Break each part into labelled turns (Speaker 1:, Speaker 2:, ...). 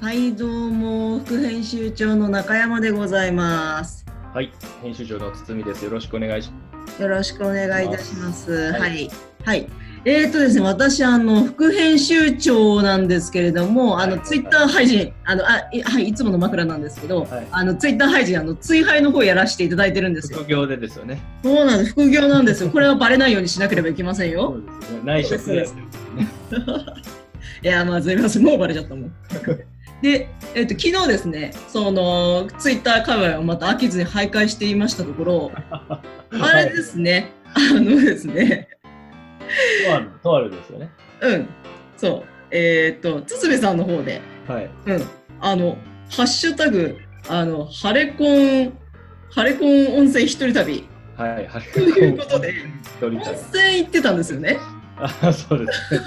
Speaker 1: はい、どうも、副編集長の中山でございます。
Speaker 2: はい、編集長の堤です。よろしくお願いしま
Speaker 1: よろしくお願いいたします。
Speaker 2: はい
Speaker 1: はい、はい、えーとですね、私、あの副編集長なんですけれども、あの
Speaker 2: はい
Speaker 1: ツイッター配信、あの、あ、いはい、いつもの枕なんですけど。
Speaker 2: はい
Speaker 1: あのツイッター配信、あの追配の方やらせていただいてるんです
Speaker 2: す。
Speaker 1: よ。
Speaker 2: 副業でですよね。
Speaker 1: そうなんです、副業なんですよ。これはバレないようにしなければいけませんよ。
Speaker 2: うですね。内職です。
Speaker 1: いや、まあ、すみません、もうバレちゃったも ん。で、えっと昨日ですね、そのツイッター界隈をまた飽きずに徘徊していましたところ、あれで
Speaker 2: はい
Speaker 1: すね、あのですね、
Speaker 2: とある、とあるですよね。
Speaker 1: うん、そう、えーっと、堤さんの方で、
Speaker 2: はい。
Speaker 1: うん、あの、ハッシュタグ、あの、ハレコン、ハレコン温泉一人旅、
Speaker 2: はい。はい。
Speaker 1: ということで
Speaker 2: 一人
Speaker 1: 温
Speaker 2: 旅。
Speaker 1: 泉行ってたんですよね。
Speaker 2: あ、そうですね。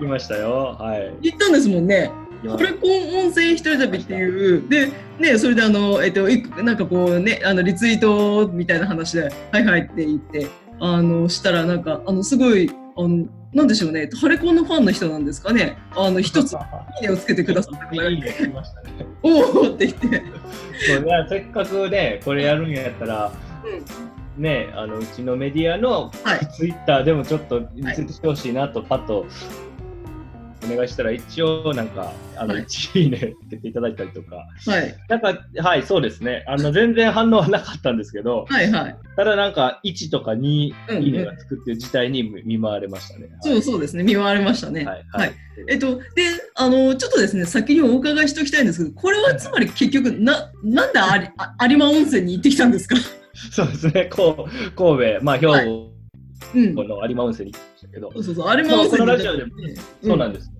Speaker 2: 行きましたよ。はい。
Speaker 1: 行ったんですもんね。ハレコン温泉一人旅っていう、で、ね、それであの、えっと、いくなんかこうね、あの、リツイートみたいな話で、はいはいって言って、あの、したらなんか、あの、すごい、あの、なんでしょうね、ハレコンのファンの人なんですかね、あの、一つ、いいねをつけてくださったから
Speaker 2: いいね、来ましたね。
Speaker 1: おおって言って、
Speaker 2: そういやせっかくね、これやるんやったら
Speaker 1: うん、
Speaker 2: ね、あのうちのメディアの
Speaker 1: はい、
Speaker 2: ツイッターでもちょっとリツイートしてほしいなと、パッとお願いしたら、一応、なんか、あの
Speaker 1: はい
Speaker 2: 1位ね、つけていただいたりとか、
Speaker 1: はい、
Speaker 2: なんか、はい、そうですね、あの全然反応はなかったんですけど、
Speaker 1: はい、はい。
Speaker 2: ただなんか、1とか2、い
Speaker 1: うん
Speaker 2: いねがつくっていう事態に見舞われましたね。
Speaker 1: そうそうですね、見舞われましたね。
Speaker 2: はい、
Speaker 1: は
Speaker 2: はいい、
Speaker 1: えっと、で、あの、ちょっとですね、先にお伺いしておきたいんですけど、これはつまり結局、な、なんでありあ有馬温泉に行ってきたんですか
Speaker 2: そうですね、 こう神戸、まあ、兵
Speaker 1: はい
Speaker 2: 庫
Speaker 1: うん。
Speaker 2: の有馬温泉に行きましたけど、
Speaker 1: そうそうそう、有馬温泉
Speaker 2: このラジオでもそうなん
Speaker 1: す。
Speaker 2: です、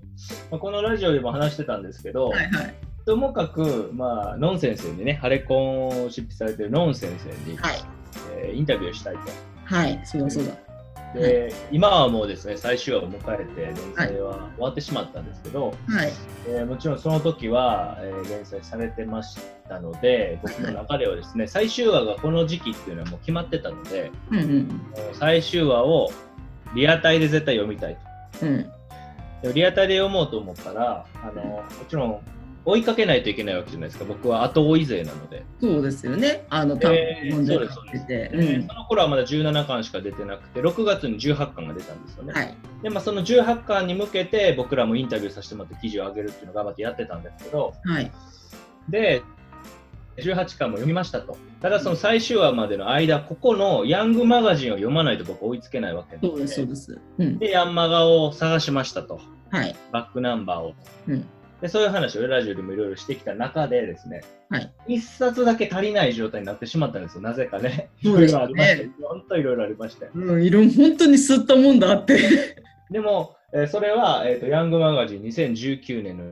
Speaker 2: まあこのラジオでも話してたんですけど、
Speaker 1: はいはい。
Speaker 2: ともかく、まあ、ノン先生にね、ハレコンを執筆されてるノン先生に、
Speaker 1: はい
Speaker 2: えーインタビューしたいと。
Speaker 1: はい、そうだそうだ。
Speaker 2: で、今はもうですね、最終話を迎えて、連載は終わってしまったんですけど、
Speaker 1: はい。
Speaker 2: えーもちろんその時は、えー連載されてましたので、僕の中ではですね、最終話がこの時期っていうのはもう決まってたので、
Speaker 1: うんうん
Speaker 2: もう最終話をリアタイで絶対読みたいと。
Speaker 1: うん。
Speaker 2: でもリアタイで読もうと思ったら、あのもちろん追いかけないといけないわけじゃないですか、僕は後追い勢なので。
Speaker 1: そうですよね。あの、
Speaker 2: えー
Speaker 1: 飲んで
Speaker 2: そうです
Speaker 1: 買ってて。
Speaker 2: えーその頃はまだ17巻しか出てなくて、6月に18巻が出たんですよ
Speaker 1: う
Speaker 2: ね。
Speaker 1: ん。はい。
Speaker 2: で、まあ、その18巻に向けて、僕らもインタビューさせてもらって記事を上げるっていうのを頑張ってやってたんですけど、
Speaker 1: はい。
Speaker 2: で、18巻も読みましたと。ただ、その最終話までの間、ここのヤングマガジンを読まないと僕追いつけないわけな
Speaker 1: そう
Speaker 2: の
Speaker 1: です、そうです。うん。
Speaker 2: で、ヤンマガを探しましたと。
Speaker 1: はい。
Speaker 2: バックナンバーを。
Speaker 1: うん
Speaker 2: でそういう話をラジオでもいろいろしてきた中でですね、
Speaker 1: はい
Speaker 2: 一冊だけ足りない状態になってしまったんですよ、なぜかね。
Speaker 1: そうで
Speaker 2: いろい
Speaker 1: す
Speaker 2: ろあ
Speaker 1: よ
Speaker 2: りました
Speaker 1: ね。
Speaker 2: よ。 本当いろいろありましたよ。
Speaker 1: うん、いろん、本当に吸ったもんだって。
Speaker 2: でも、えーそれは、えーとヤングマガジン2019年の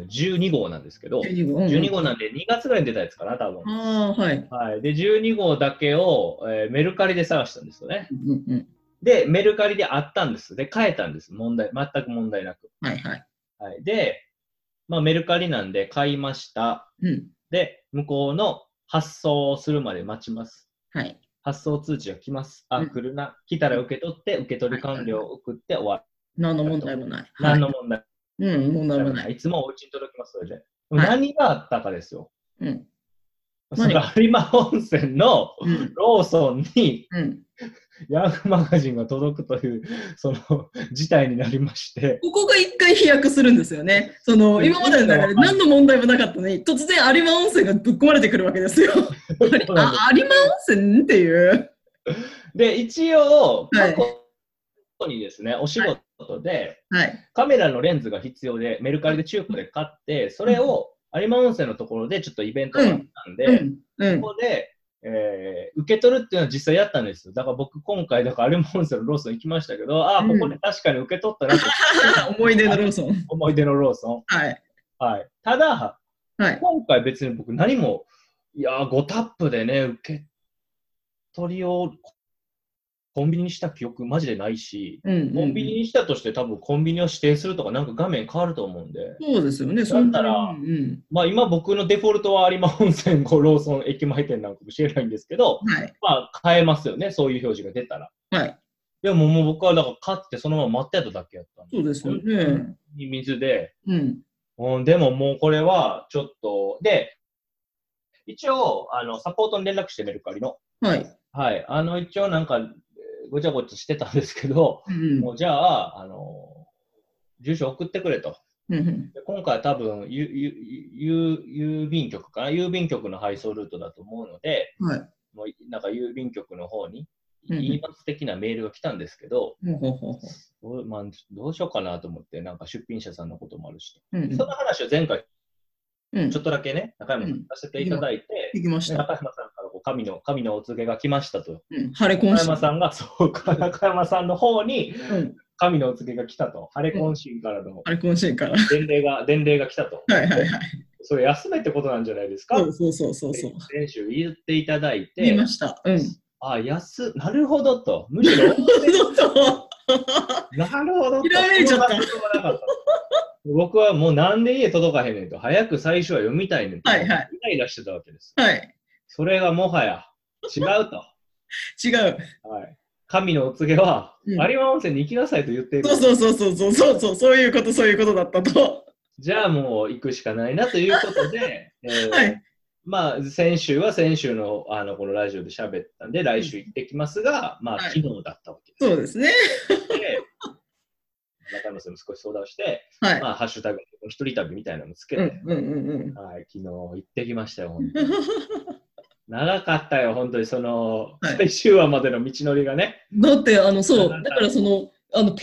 Speaker 2: 12号なんですけど、
Speaker 1: 12号。うん
Speaker 2: 12号なんで2月ぐらいに出たやつかな、多分。
Speaker 1: ああ、はい。
Speaker 2: はい、で、12号だけを、えーメルカリで探したんですよね。
Speaker 1: うんうん。
Speaker 2: で、メルカリであったんです。で、買えたんです。問題、全く問題なく。
Speaker 1: はいはい。
Speaker 2: はい、で、まあ、メルカリなんで買いました。
Speaker 1: うん。
Speaker 2: で、向こうの発送をするまで待ちます。
Speaker 1: はい。
Speaker 2: 発送通知が来ます。あ、
Speaker 1: うん
Speaker 2: 来るな。来たら受け取って、受け取り完了を送って終わる。
Speaker 1: 何の問題もない。
Speaker 2: 何
Speaker 1: は
Speaker 2: の問題
Speaker 1: い。うん、問題も
Speaker 2: も
Speaker 1: な。
Speaker 2: ないい。いつもお家に届きます、それで。
Speaker 1: はい
Speaker 2: 何があったかですよ。
Speaker 1: うん。
Speaker 2: その 有馬温泉の
Speaker 1: うん。
Speaker 2: ローソンに
Speaker 1: うん。
Speaker 2: ヤングマガジンが届くという、 その事態になりまして。
Speaker 1: ここが一回飛躍するんですよね。その
Speaker 2: うん
Speaker 1: 今までの中で何の問題もなかったのに、突然有馬温泉がぶっ込まれてくるわけですよ。あ有馬温泉っていう。
Speaker 2: で、一応、
Speaker 1: はい
Speaker 2: 過去にですね、お仕事で、
Speaker 1: はい。
Speaker 2: カメラのレンズが必要で、メルカリで中古で買って、それを有馬温泉のところでちょっとイベントがあったんで、
Speaker 1: うん。 うん。
Speaker 2: ここで、えー受け取るっていうのは実際やったんですよ。だから僕、今回、だから有馬温泉のローソン行きましたけど、ああ、ここで確かに受け取ったなと、
Speaker 1: 思い出のローソン。
Speaker 2: 思い出のローソ
Speaker 1: はい。
Speaker 2: ン。はい、ただ、
Speaker 1: はい。
Speaker 2: 今回別に僕何も、いやー、5タップでね、受け取りをコンビニにした記憶、マジでないし、
Speaker 1: うんうん。
Speaker 2: コンビニにしたとして、多分コンビニを指定するとか、なんか画面変わると思うんで。
Speaker 1: そうですよね。そんなにうん。
Speaker 2: まあ今僕のデフォルトは有馬温泉五ローソン駅前店なんかもしれないんですけど、
Speaker 1: はい。
Speaker 2: まあ買えますよね、そういう表示が出たら。
Speaker 1: はい。
Speaker 2: でももう僕はだから買ってそのまま待ってただけやったんで
Speaker 1: そうですよね。
Speaker 2: 水で、
Speaker 1: うん。
Speaker 2: うん、でももうこれは、ちょっと、で、一応、あの、サポートに連絡してメルカリの。
Speaker 1: はい。
Speaker 2: はい。あの、一応なんか、えーごちゃごちゃしてたんですけど、
Speaker 1: うん
Speaker 2: もうじゃあ、あの、住所送ってくれと。
Speaker 1: うん。うん
Speaker 2: で今回は多分ゆゆゆゆ郵便局かな郵便局の配送ルートだと思うので、
Speaker 1: うん。はい。
Speaker 2: もうなんか郵便局の方に、
Speaker 1: うんうん
Speaker 2: 言います的なメールが来たんですけど、
Speaker 1: ほうほうほうほ
Speaker 2: どうまあ、どうしようかなと思って、なんか出品者さんのこともあるし、
Speaker 1: う。うんうん
Speaker 2: その話を前回、
Speaker 1: うん。
Speaker 2: ちょっとだけね、中山さんにさせていただいて、
Speaker 1: 行きまし
Speaker 2: で
Speaker 1: た。
Speaker 2: 中山さんからこう神の神のお告げが来ましたと、
Speaker 1: うん。晴れ
Speaker 2: 中
Speaker 1: 婚式
Speaker 2: 山。さんが、そうか、中山さんの方に
Speaker 1: うん。
Speaker 2: 神のお告げが来たと、晴れ懇親からの
Speaker 1: 晴れ婚式から。
Speaker 2: 伝 令が伝令が来たと、
Speaker 1: はいはいはい。
Speaker 2: それ休めってことなんじゃないですか。
Speaker 1: そうそうそうそうそう。
Speaker 2: 先週言っていただい
Speaker 1: 言い
Speaker 2: て
Speaker 1: ま、した。うん。
Speaker 2: あ、安、なるほどと、むし ろ、なるほどと、
Speaker 1: ひらめいちゃった
Speaker 2: その発想はなかった僕はもうなんで家届かへんねんと、早く最初は読みたいねんと、
Speaker 1: はいはい
Speaker 2: イライラしてたわけです。
Speaker 1: はい。
Speaker 2: それがもはや違 うと。
Speaker 1: 違う。
Speaker 2: はい、神のお告げは、
Speaker 1: うん
Speaker 2: 有馬温泉に行きなさいと言っている
Speaker 1: そうそうそうそうそうそうそう。そういうこと、そういうことだったと。
Speaker 2: じゃあもう行くしかないなということ で、えー
Speaker 1: はい
Speaker 2: まあ、先週は先週のあのこのラジオで喋ったんで、来週行ってきますが、まあ、
Speaker 1: はい
Speaker 2: 昨日だったわけです。
Speaker 1: そうですね。
Speaker 2: で、中山さんに少し相談して、
Speaker 1: はい。
Speaker 2: まあ、ハッシュタグ、一人旅みたいなのもつけ
Speaker 1: う
Speaker 2: て、
Speaker 1: んうんうんうん。
Speaker 2: はい、昨日行ってきましたよ、本当に長かったよ、本当に、その、
Speaker 1: はい
Speaker 2: 最終話までの道のりがね。
Speaker 1: だってあのそうだからそのあのペー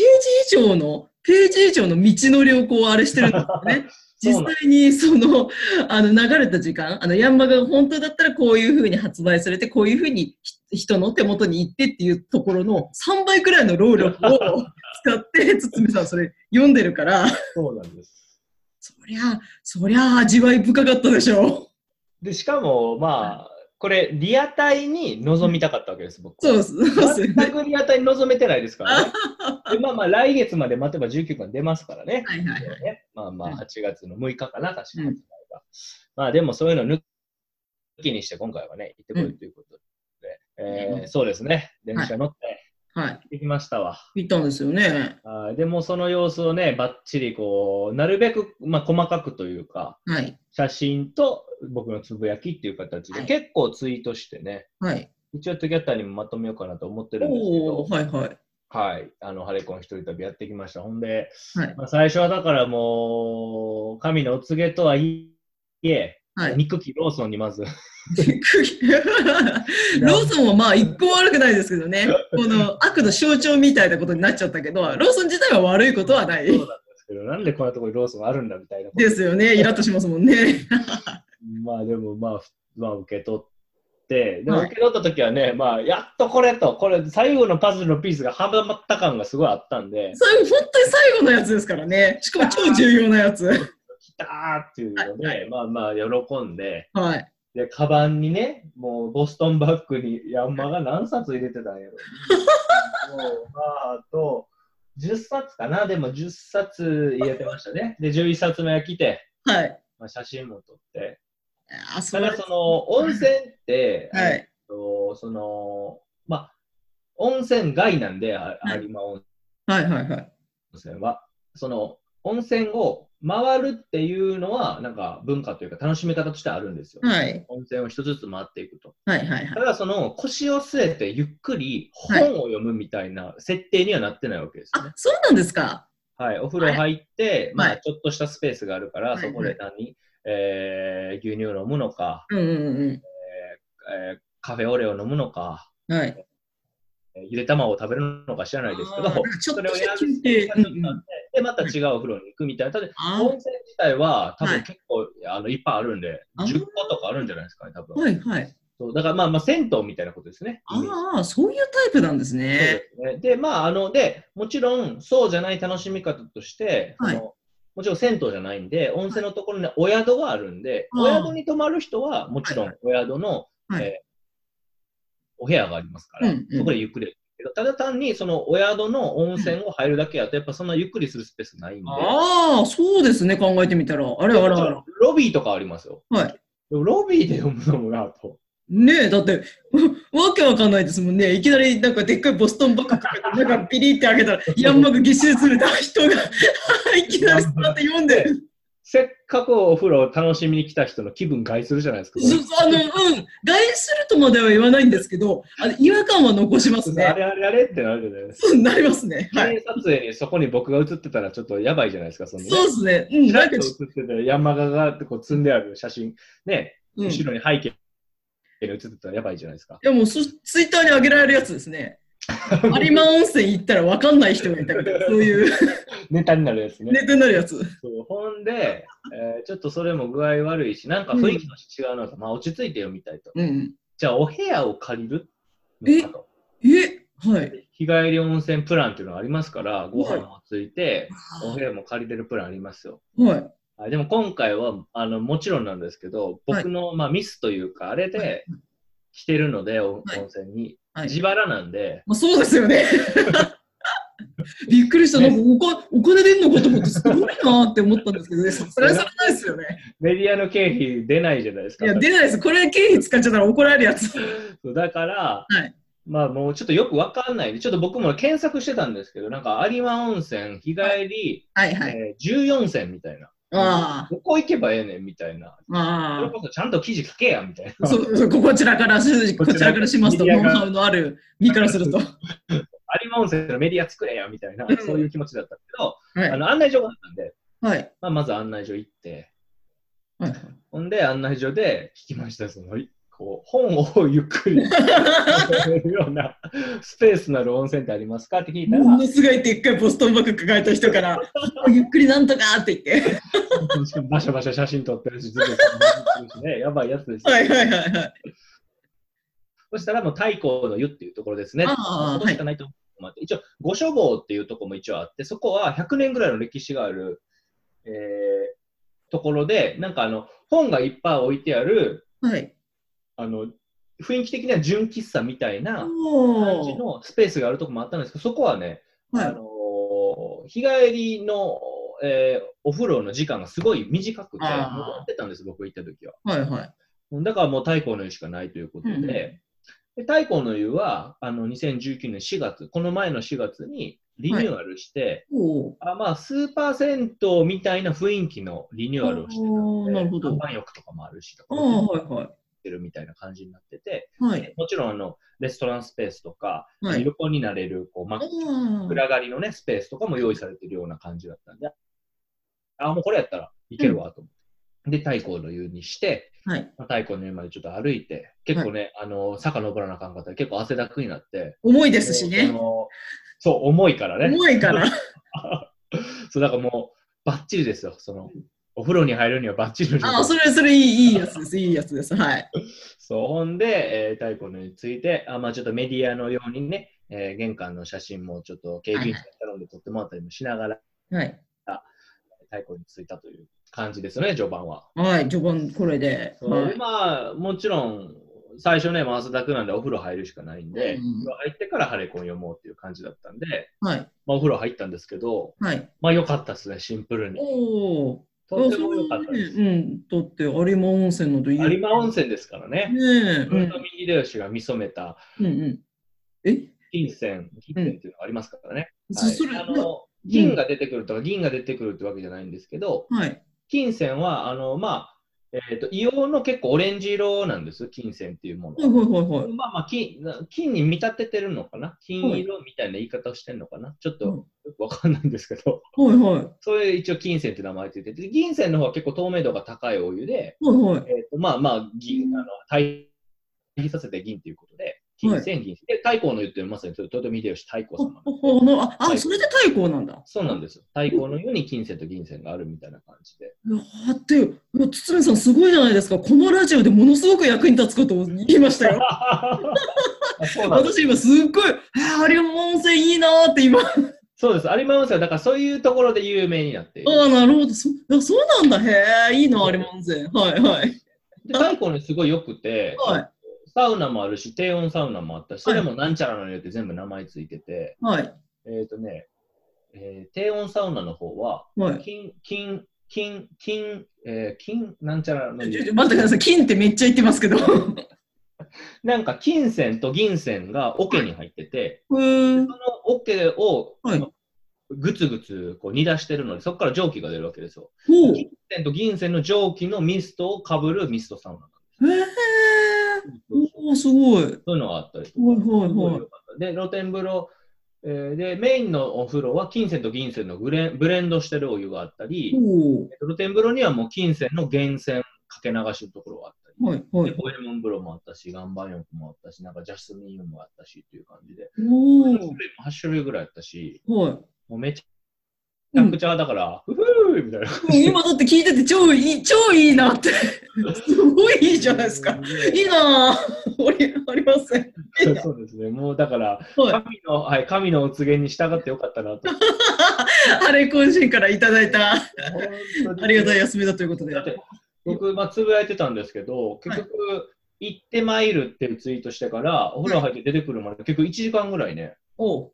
Speaker 1: ジ以上のページ以上の道のりをこうあれしてるんですよね。
Speaker 2: そう
Speaker 1: 実
Speaker 2: なん
Speaker 1: 際に そのあの流れた時間あのヤンマが本当だったらこういうふうに発売されてこういうふうにひ人の手元に行ってっていうところの3倍くらいの労力を使って堤さんそれ読んでるから
Speaker 2: そうなんです。
Speaker 1: そりゃそりゃ味わい深かったでし ょ
Speaker 2: で、しかも、まあ、これ、リアタイに臨みたかったわけです、僕
Speaker 1: そう
Speaker 2: は。
Speaker 1: ですそうですよね
Speaker 2: 全くリアタイに臨めてないですからね。でまあまあ、来月まで待てば19巻出ますからね。
Speaker 1: はいはいはい
Speaker 2: ねまあま
Speaker 1: うん
Speaker 2: あ、8月の6日かな、確か
Speaker 1: う
Speaker 2: に
Speaker 1: ん。
Speaker 2: まあ、でもそういうの抜きにして、今回はね、行ってこいということで。えー
Speaker 1: う
Speaker 2: そうですね、電車乗って
Speaker 1: はい
Speaker 2: 行ってきましたわ。
Speaker 1: 行ったんですよね
Speaker 2: あーでも、その様子をね、ばっちりこう、なるべく、まあ、細かくというか、
Speaker 1: はい
Speaker 2: 写真と僕のつぶやきっていう形で、
Speaker 1: はい
Speaker 2: 結構ツイートしてね、
Speaker 1: はい
Speaker 2: 一応トゥギャッターにもまとめようかなと思ってるんですけ
Speaker 1: お
Speaker 2: ど
Speaker 1: お、はいはい
Speaker 2: はい、あの、ハレコン一人旅やってきました。ほんで、
Speaker 1: はい
Speaker 2: まあ、最初はだからもう、神のお告げとはいえ、
Speaker 1: はい
Speaker 2: 肉機ローソン にまず、
Speaker 1: ローソンはまあ一個も悪くないですけどね、この悪の象徴みたいなことになっちゃったけど、ローソン自体は悪いことはない
Speaker 2: そうなんですけど、なんでこんなところにローソンあるんだみたいなこと
Speaker 1: ですよね、イラッとしますもん ね。
Speaker 2: まあでもまあ、ふまあ受け取って、でも
Speaker 1: はい
Speaker 2: 受け取った時はね、まあ、やっとこれと、これ最後のパズルのピースがはまった感がすごいあったんで、
Speaker 1: 最後、本当に最後のやつですからね、しかも超重要なやつ。
Speaker 2: きたーっていうので、
Speaker 1: は
Speaker 2: まあまあ喜んで、
Speaker 1: はい、
Speaker 2: で、カバンにね、もうボストンバッグにヤンマが何冊入れてたんやろ。 もう、まあ、あと、10冊かな、でも10冊入れてましたね。で、11冊目が来て、
Speaker 1: はい。
Speaker 2: まあ、写真も撮って。
Speaker 1: あ、そ
Speaker 2: た
Speaker 1: れ
Speaker 2: だ、その、温泉って、
Speaker 1: は
Speaker 2: えっ
Speaker 1: い、
Speaker 2: と、その、まあ、温泉街なんで、あ
Speaker 1: はい
Speaker 2: 有馬温
Speaker 1: はい、はい、はい。
Speaker 2: 泉は。その、温泉を回るっていうのは、なんか文化というか楽しみ方としてあるんですよ。
Speaker 1: はい、
Speaker 2: 温泉を一つずつ回っていくと。
Speaker 1: はい、はい、はい。
Speaker 2: ただその腰を据えてゆっくり
Speaker 1: はい
Speaker 2: 本を読むみたいな設定にはなってないわけですね
Speaker 1: あ、。そうなんですか。
Speaker 2: はい、お風呂入って、ま
Speaker 1: は
Speaker 2: あちょっとしたスペースがあるから、
Speaker 1: はい
Speaker 2: そこで何、えー牛乳飲むのか、
Speaker 1: うん、うん、
Speaker 2: えーカフェオレを飲むのか、
Speaker 1: うん。はい。
Speaker 2: えーゆで卵を食べるのか知らないですけ
Speaker 1: あ
Speaker 2: ど、
Speaker 1: ーちょっ
Speaker 2: それ
Speaker 1: と
Speaker 2: をや
Speaker 1: した
Speaker 2: る
Speaker 1: 休憩。
Speaker 2: や
Speaker 1: う
Speaker 2: る
Speaker 1: ん、
Speaker 2: の
Speaker 1: う
Speaker 2: があっ
Speaker 1: ん。
Speaker 2: てで、また違うお風呂に行くみたいな。ただ
Speaker 1: あ
Speaker 2: 温泉自体は多
Speaker 1: はい
Speaker 2: 分結構、あのいっぱいあるんで、
Speaker 1: あー
Speaker 2: 10個とかあるんじゃないですかね、多
Speaker 1: ー
Speaker 2: 分。
Speaker 1: はい、はい。
Speaker 2: そうだからまあまあ銭湯みたいなことですね。イメージ
Speaker 1: ああ、そういうタイプなんです
Speaker 2: そう
Speaker 1: ね。
Speaker 2: ですね。で、まあ、あの、で、もちろん、そうじゃない楽しみ方として、
Speaker 1: はい
Speaker 2: あのもちろん銭湯じゃないんで、温泉のところにお宿があるんで、
Speaker 1: あー
Speaker 2: お宿に泊まる人は、もちろんお宿の、
Speaker 1: はい
Speaker 2: えーお部屋がありますから、
Speaker 1: うんうん
Speaker 2: そこでゆっくり。けどただ単に、そのお宿の温泉を入るだけやと、やっぱそんなゆっくりするスペースないんで、
Speaker 1: ああ、そうですね、考えてみたら。あれあらあら。
Speaker 2: ロビーとかありますよ。
Speaker 1: はい
Speaker 2: でもロビーで読むのもなと。
Speaker 1: ねえ、だって、 わわけわかんないですもんね。いきなりなんかでっかいボストンバッグかけて、なんか ピリって開けたら、ヤンマがぎっしり詰めた人が、いきなり座って読んでる。
Speaker 2: せっかくお風呂を楽しみに来た人の気分害するじゃないですか。
Speaker 1: そうあの、うん、害するとまでは言わないんですけど、あの違和感は残します
Speaker 2: あ
Speaker 1: ね。
Speaker 2: れあれあれってなるじゃないですか。
Speaker 1: そうなりますね。
Speaker 2: 記
Speaker 1: はい。
Speaker 2: 念撮影にそこに僕が映ってたらちょっとやばいじゃないですか、そのね。
Speaker 1: そうですね。うん、
Speaker 2: ちら
Speaker 1: な
Speaker 2: っ
Speaker 1: ん
Speaker 2: と
Speaker 1: か
Speaker 2: 映
Speaker 1: ち、
Speaker 2: ってたら山ががってこう積んである写真、ね、
Speaker 1: うん、い
Speaker 2: 後ろに背景に映ってたらやばいじゃないですか。
Speaker 1: やもうそツイッターに上げられるやつです ね。有馬温泉行ったら分かんない人がいたみたいな、そういう
Speaker 2: ネタになるやつね。
Speaker 1: ネタになるやつ。
Speaker 2: そうほんで、えーちょっとそれも具合悪いし、なんか雰囲気の違うのと、まあ落ち着いてよみたいと。
Speaker 1: うん。
Speaker 2: じゃあお部屋を借りるのかと。
Speaker 1: え、はい。
Speaker 2: 日帰り温泉プランっていうのがありますから、ご飯もついて、お部屋も借りれるプランありますよ。
Speaker 1: はい。
Speaker 2: あでも今回はあのもちろんなんですけど、僕の、まあ、ミスというか、あれで来てるので、お
Speaker 1: はい
Speaker 2: 温泉に、
Speaker 1: はい
Speaker 2: 自腹なんで、
Speaker 1: まあ、そうですよ ね。びっくりした。なんかおかお金出んのかと思って、すごいなーって思ったんですけどね、そそれはそれないですよね。
Speaker 2: メディアの経費出ないじゃないです
Speaker 1: い
Speaker 2: か。
Speaker 1: や、出ないです。これ経費使っちゃったら怒られるやつ。
Speaker 2: そうだから、
Speaker 1: はい
Speaker 2: まあもうちょっとよくわかんないで、ちょっと僕も検索してたんですけど、なんか有馬温泉、日帰り、
Speaker 1: はいはい。
Speaker 2: えー14銭みたいな。
Speaker 1: あ
Speaker 2: どこ行けばええねんみたいな。
Speaker 1: あ、あ
Speaker 2: それこそちゃんと記事書けやみたい
Speaker 1: あ。
Speaker 2: な。
Speaker 1: そうそうこちらからし、こちらからしますと、
Speaker 2: メデ
Speaker 1: ノウ
Speaker 2: ィアが
Speaker 1: ハウのある身からすると。 は
Speaker 2: 有馬温泉のメディア作れやみたいな
Speaker 1: うん、
Speaker 2: そういう気持ちだったけど、あ
Speaker 1: い。
Speaker 2: の案内所があったんで、
Speaker 1: はい。
Speaker 2: まあ、まず案内所行って、
Speaker 1: はい、
Speaker 2: ほんで案内所で聞きました、そのいこう本をゆっくり読めるようなスペースのある温泉ってありますかって聞いたら、
Speaker 1: ものすごいでっかいボストンバッグ抱えた人から、ゆっくりなんとかって言って。
Speaker 2: しかもバシャバシャ写真撮ってるし、ずっとね、やばいやつです、
Speaker 1: はいはいはいはい。
Speaker 2: そしたらもう太閤の湯っていうところですね。
Speaker 1: ああ
Speaker 2: そこしかないと思うのもあって一応、御所坊っていうところも一応あって、そこは100年ぐらいの歴史がある、えーところで、なんかあの、本がいっぱい置いてある、
Speaker 1: はい。
Speaker 2: あの、雰囲気的な純喫茶みたいな感じ
Speaker 1: おー
Speaker 2: のスペースがあるところもあったんですけど、そこはね、
Speaker 1: は
Speaker 2: あ
Speaker 1: い。
Speaker 2: のー日帰りの、えーお風呂の時間がすごい短くて、
Speaker 1: ああ
Speaker 2: 残ってたんです、僕行った時は。
Speaker 1: はいはい。
Speaker 2: だからもう太閤の湯しかないということで、
Speaker 1: うんうん
Speaker 2: で太閤の湯はあの2019年4月、この前の4月にリニューアルして、
Speaker 1: おー
Speaker 2: あまあ、スーパー銭湯みたいな雰囲気のリニューアルをしてたの
Speaker 1: あーなるほ
Speaker 2: で、
Speaker 1: ど
Speaker 2: 看板浴とかもあるし、とか
Speaker 1: ああ、
Speaker 2: も
Speaker 1: はいはい。
Speaker 2: てるみたいな感じになってて、
Speaker 1: はい。
Speaker 2: もちろんあのレストランスペースとか、
Speaker 1: はい。
Speaker 2: 横になれるこう真
Speaker 1: あ
Speaker 2: っ暗がりの、ね、スペースとかも用意されてるような感じだったんで、あもうこれやったらいけるわと思って、で太閤の湯にして、
Speaker 1: あ、はい。
Speaker 2: まあ太鼓の家までちょっと歩いて、結構ね、あの坂登らなあかんかったら結構汗だくになって。
Speaker 1: 重いですしね。
Speaker 2: もうそのそう、重いからね。
Speaker 1: 重いから。
Speaker 2: そう、だからもう、バッチリですよ。その、お風呂に入るにはバッチリの状態
Speaker 1: ああ、それ、それいいいいやつです。いいやつです。はい。
Speaker 2: そう、ほんで、えー、太鼓の家について、あまあちょっとメディアのようにね、えー玄関の写真もちょっと警備員さんに頼んで撮ってもらったりもしながら、
Speaker 1: はい。
Speaker 2: 太鼓に着いたという感じですよね、序盤は。
Speaker 1: はい。序盤、これで。
Speaker 2: そう
Speaker 1: はい。
Speaker 2: まあ、もちろん、最初ね、もう汗だくなんでお風呂入るしかないんで、
Speaker 1: うん
Speaker 2: お風呂入ってからハレコン読もうっていう感じだったんで、
Speaker 1: はい。
Speaker 2: まあ、お風呂入ったんですけど、
Speaker 1: はい。
Speaker 2: まあ良かったですね、シンプルに。
Speaker 1: おお。
Speaker 2: とっても良かったです。
Speaker 1: ね、うん。だって、有馬温泉などいい。
Speaker 2: 有馬温泉ですからね。
Speaker 1: ねえ。う
Speaker 2: 豊臣秀吉が見初めた
Speaker 1: ん。うんうん。え
Speaker 2: 金銭、金銭っていうのがありますからね。
Speaker 1: そ
Speaker 2: はい
Speaker 1: それ、
Speaker 2: あ
Speaker 1: は
Speaker 2: の金が出てくるとか銀が出てくるってわけじゃないんですけど、
Speaker 1: い。
Speaker 2: 金銭は、あの、まあ、えっと硫黄の結構オレンジ色なんです、金銭っていうもの
Speaker 1: はいはいはいはい。
Speaker 2: まあまあ金、金に見立ててるのかな金色みたいな言い方をしてるのかなちょっと
Speaker 1: うん
Speaker 2: よくわかんないんですけど、
Speaker 1: はいはい。
Speaker 2: それ一応金銭って名前ついてて、で銀銭の方は結構透明度が高いお湯で、
Speaker 1: はいは
Speaker 2: え
Speaker 1: い。
Speaker 2: ーとまあまあ銀、あの対比させて銀ということで、金銭銀。で、太閤の湯ってまさに豊臣秀吉太閤
Speaker 1: ほ
Speaker 2: 様の。
Speaker 1: ほほのあ、
Speaker 2: は
Speaker 1: あ、
Speaker 2: い
Speaker 1: それで太鼓なんだ。
Speaker 2: そうなんですよ。太閤の湯に金銭と銀銭があるみたいな感 じで。
Speaker 1: いやだって、いや堤さんすごいじゃないですか。このラジオでものすごく役に立つことを言いました よ。
Speaker 2: そうなんです。
Speaker 1: 私今すっごい、あー有馬温泉いいなーって今。あ
Speaker 2: そうです。有馬温泉はだからそういうところで有名になっている。
Speaker 1: あ、なるほど。そあそうなんだ。へえ、いいな、有馬温泉。はいはい。
Speaker 2: で太閤の湯すごい良くて、
Speaker 1: はい。
Speaker 2: サウナもあるし、低温サウナもあったし、それもなんちゃらの湯って全部名前ついてて、
Speaker 1: はい。
Speaker 2: えっ、とね、えー低温サウナの方は、
Speaker 1: はい。
Speaker 2: 金、金、金、金、えー金、なんちゃらの
Speaker 1: ちょち
Speaker 2: 湯
Speaker 1: ょ。待ってください。金ってめっちゃ言ってますけど。 う
Speaker 2: なんか金銭と銀銭が桶に入ってて、
Speaker 1: ーん。
Speaker 2: その桶を、
Speaker 1: はい
Speaker 2: まあぐつぐつこう煮出してるので、そこから蒸気が出るわけですよ。
Speaker 1: ほう。
Speaker 2: 銀線と銀線の蒸気のミストをかぶるミストサウナなん
Speaker 1: えー、
Speaker 2: です。
Speaker 1: おお、すごい。はい
Speaker 2: そういうのがあったりとか。
Speaker 1: はい
Speaker 2: すごい
Speaker 1: はい
Speaker 2: 良。かったで、露天風呂、えーで、メインのお風呂は金銭と銀銭のブレンブレンドしてるお湯があったり、
Speaker 1: おお。
Speaker 2: 露天風呂にはもう金銭の源泉かけ流しのところがあったり、
Speaker 1: はいはい
Speaker 2: で。ホエルモン風呂もあったし、岩盤浴もあったし、なんかジャスミン浴もあったしっていう感じで、
Speaker 1: お
Speaker 2: 8種類も8種類ぐらいあったし、
Speaker 1: お。はい。
Speaker 2: もうめちゃくちゃだから、うふーみたいな。
Speaker 1: うん今だって聞いてて超いい、超いいなって。すごいいいじゃないですか。いいなぁ。ありありません。
Speaker 2: そうですね、もうだから、
Speaker 1: はい。
Speaker 2: 神の、はい、神のお告げに従ってよかったな と。
Speaker 1: ハレコンシンからいただいた、ありがたい
Speaker 2: い
Speaker 1: 休みだということで。
Speaker 2: だって、僕、まあ、つぶやいてたんですけど、結局、行ってまいるっていうツイートしてから、お風呂入って出てくるまで、結局1時間ぐらいね、
Speaker 1: おう。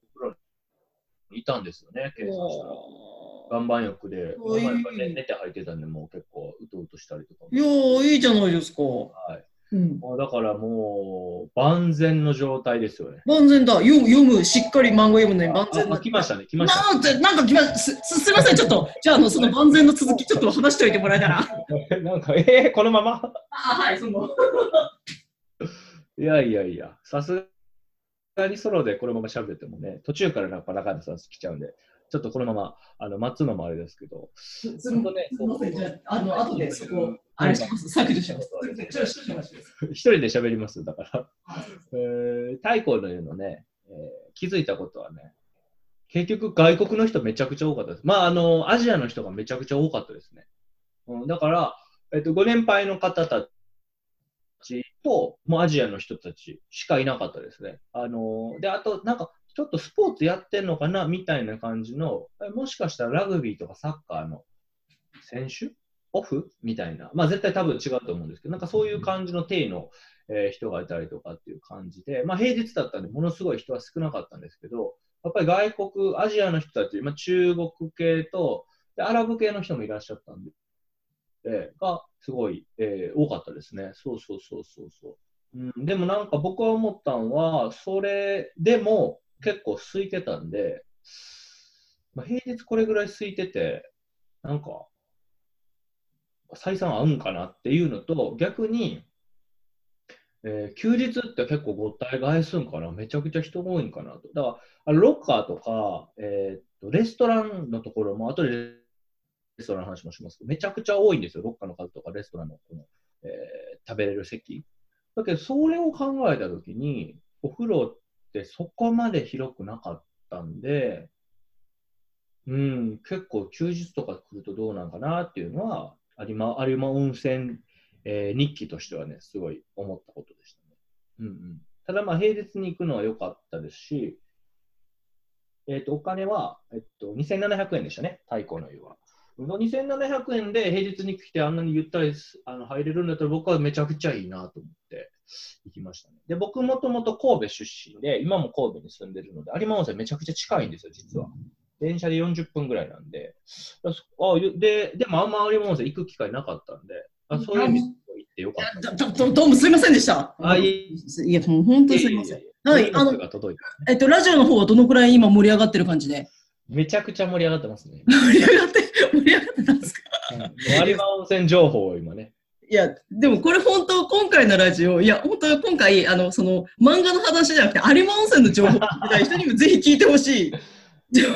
Speaker 2: いたんですよね、計算したら。
Speaker 1: お
Speaker 2: 岩盤浴で、
Speaker 1: おい
Speaker 2: 岩盤浴で寝て入ってたんで、もう結構うとうとしたりとかも
Speaker 1: いやー、いいじゃないですか。
Speaker 2: はい
Speaker 1: うん。
Speaker 2: まあ、だからもう、万全の状態ですよね。
Speaker 1: 万全だ。読む、読む、しっかり漫画読むのに万全
Speaker 2: あ
Speaker 1: だ。
Speaker 2: 来ましたね、来ました。
Speaker 1: なんて、なんか来ます。す、すみません、ちょっと、じゃあ、あの、その万全の続き、ちょっと話しておいてもらえたら。あ
Speaker 2: なんか、えー、このまま
Speaker 1: はい、その。
Speaker 2: いやいやいや、さすがにソロでこのまま喋ってもね、途中からなんか中田さん来ちゃうんで、ちょっとこのままあの待つのもあれですけど、
Speaker 1: す
Speaker 2: すみません
Speaker 1: すみません、じゃあ、あの、後でそこ、あれします、削除します。すみませんちょっとちょっと話してください
Speaker 2: 一人で喋ります、だから。
Speaker 1: あ
Speaker 2: えー、太鼓のいうのね、えー気づいたことはね、結局外国の人めちゃくちゃ多かったです。まあ、あの、アジアの人がめちゃくちゃ多かったですね。うん、だから、えっと、ご年配の方たちと、もうアジアの人たちしかいなかったですね。あの、で、あと、なんか、ちょっとスポーツやってんのかなみたいな感じの、えもしかしたらラグビーとかサッカーの選手オフみたいな。まあ、絶対多分違うと思うんですけど、なんかそういう感じの体のえー人がいたりとかっていう感じで、まあ、平日だったんで、ものすごい人は少なかったんですけど、やっぱり外国、アジアの人たち、まあ、中国系とで、アラブ系の人もいらっしゃったんで、でがすごい、えー多かったですね。そうそうそうそうそう、うん。でもなんか僕は思ったのは、それでも結構空いてたんで、まあ、平日これぐらい空いてて、なんか、採算合うんかなっていうのと、逆に、えー休日って結構ごった返すんかな、めちゃくちゃ人多いんかなと。だから、あのロッカーとか、えーっとレストランのところも、後でレストランの話もしますけど、めちゃくちゃ多いんですよ、ロッカーの数とかレストランのこの、えー食べれる席。だけど、それを考えたときに、お風呂ってそこまで広くなかったんで、うん、結構休日とか来るとどうなんかなっていうのは、有馬有馬温泉えー日記としてはね、すごい思ったことでしたね。うんうん、ただまあ平日に行くのは良かったですし、えっとお金は、えっと2700円でしたね、太鼓の湯は。この2700円で平日に来てあんなにゆったりすあの入れるんだったら僕はめちゃくちゃいいなと思って行きましたね。で、僕もともと神戸出身で、今も神戸に住んでるので、有馬温泉めちゃくちゃ近いんですよ、実は。電車で40分ぐらいなんで。だそあで、でもあんま有馬温泉行く機会なかったんで、あそういう意味で行ってよかった。
Speaker 1: どどどうもすみませんでした。
Speaker 2: あいえ
Speaker 1: いや、もう本当にすみません。
Speaker 2: は
Speaker 1: はいい
Speaker 2: あ
Speaker 1: あ
Speaker 2: の
Speaker 1: の
Speaker 2: 届いた
Speaker 1: えっと、ラジオの方はどのくらい今盛り上がってる感じで
Speaker 2: めちゃくちゃ盛り上がってますね。
Speaker 1: 盛り上がって、 盛り上がってたんですか
Speaker 2: 有馬温泉情報を 今ね。
Speaker 1: いや、でもこれ本当、今回のラジオ、いや、本当、今回、あの、その、漫画の話じゃなくて、有馬温泉の情報を聞きたい人にもぜひ聞いてほしい。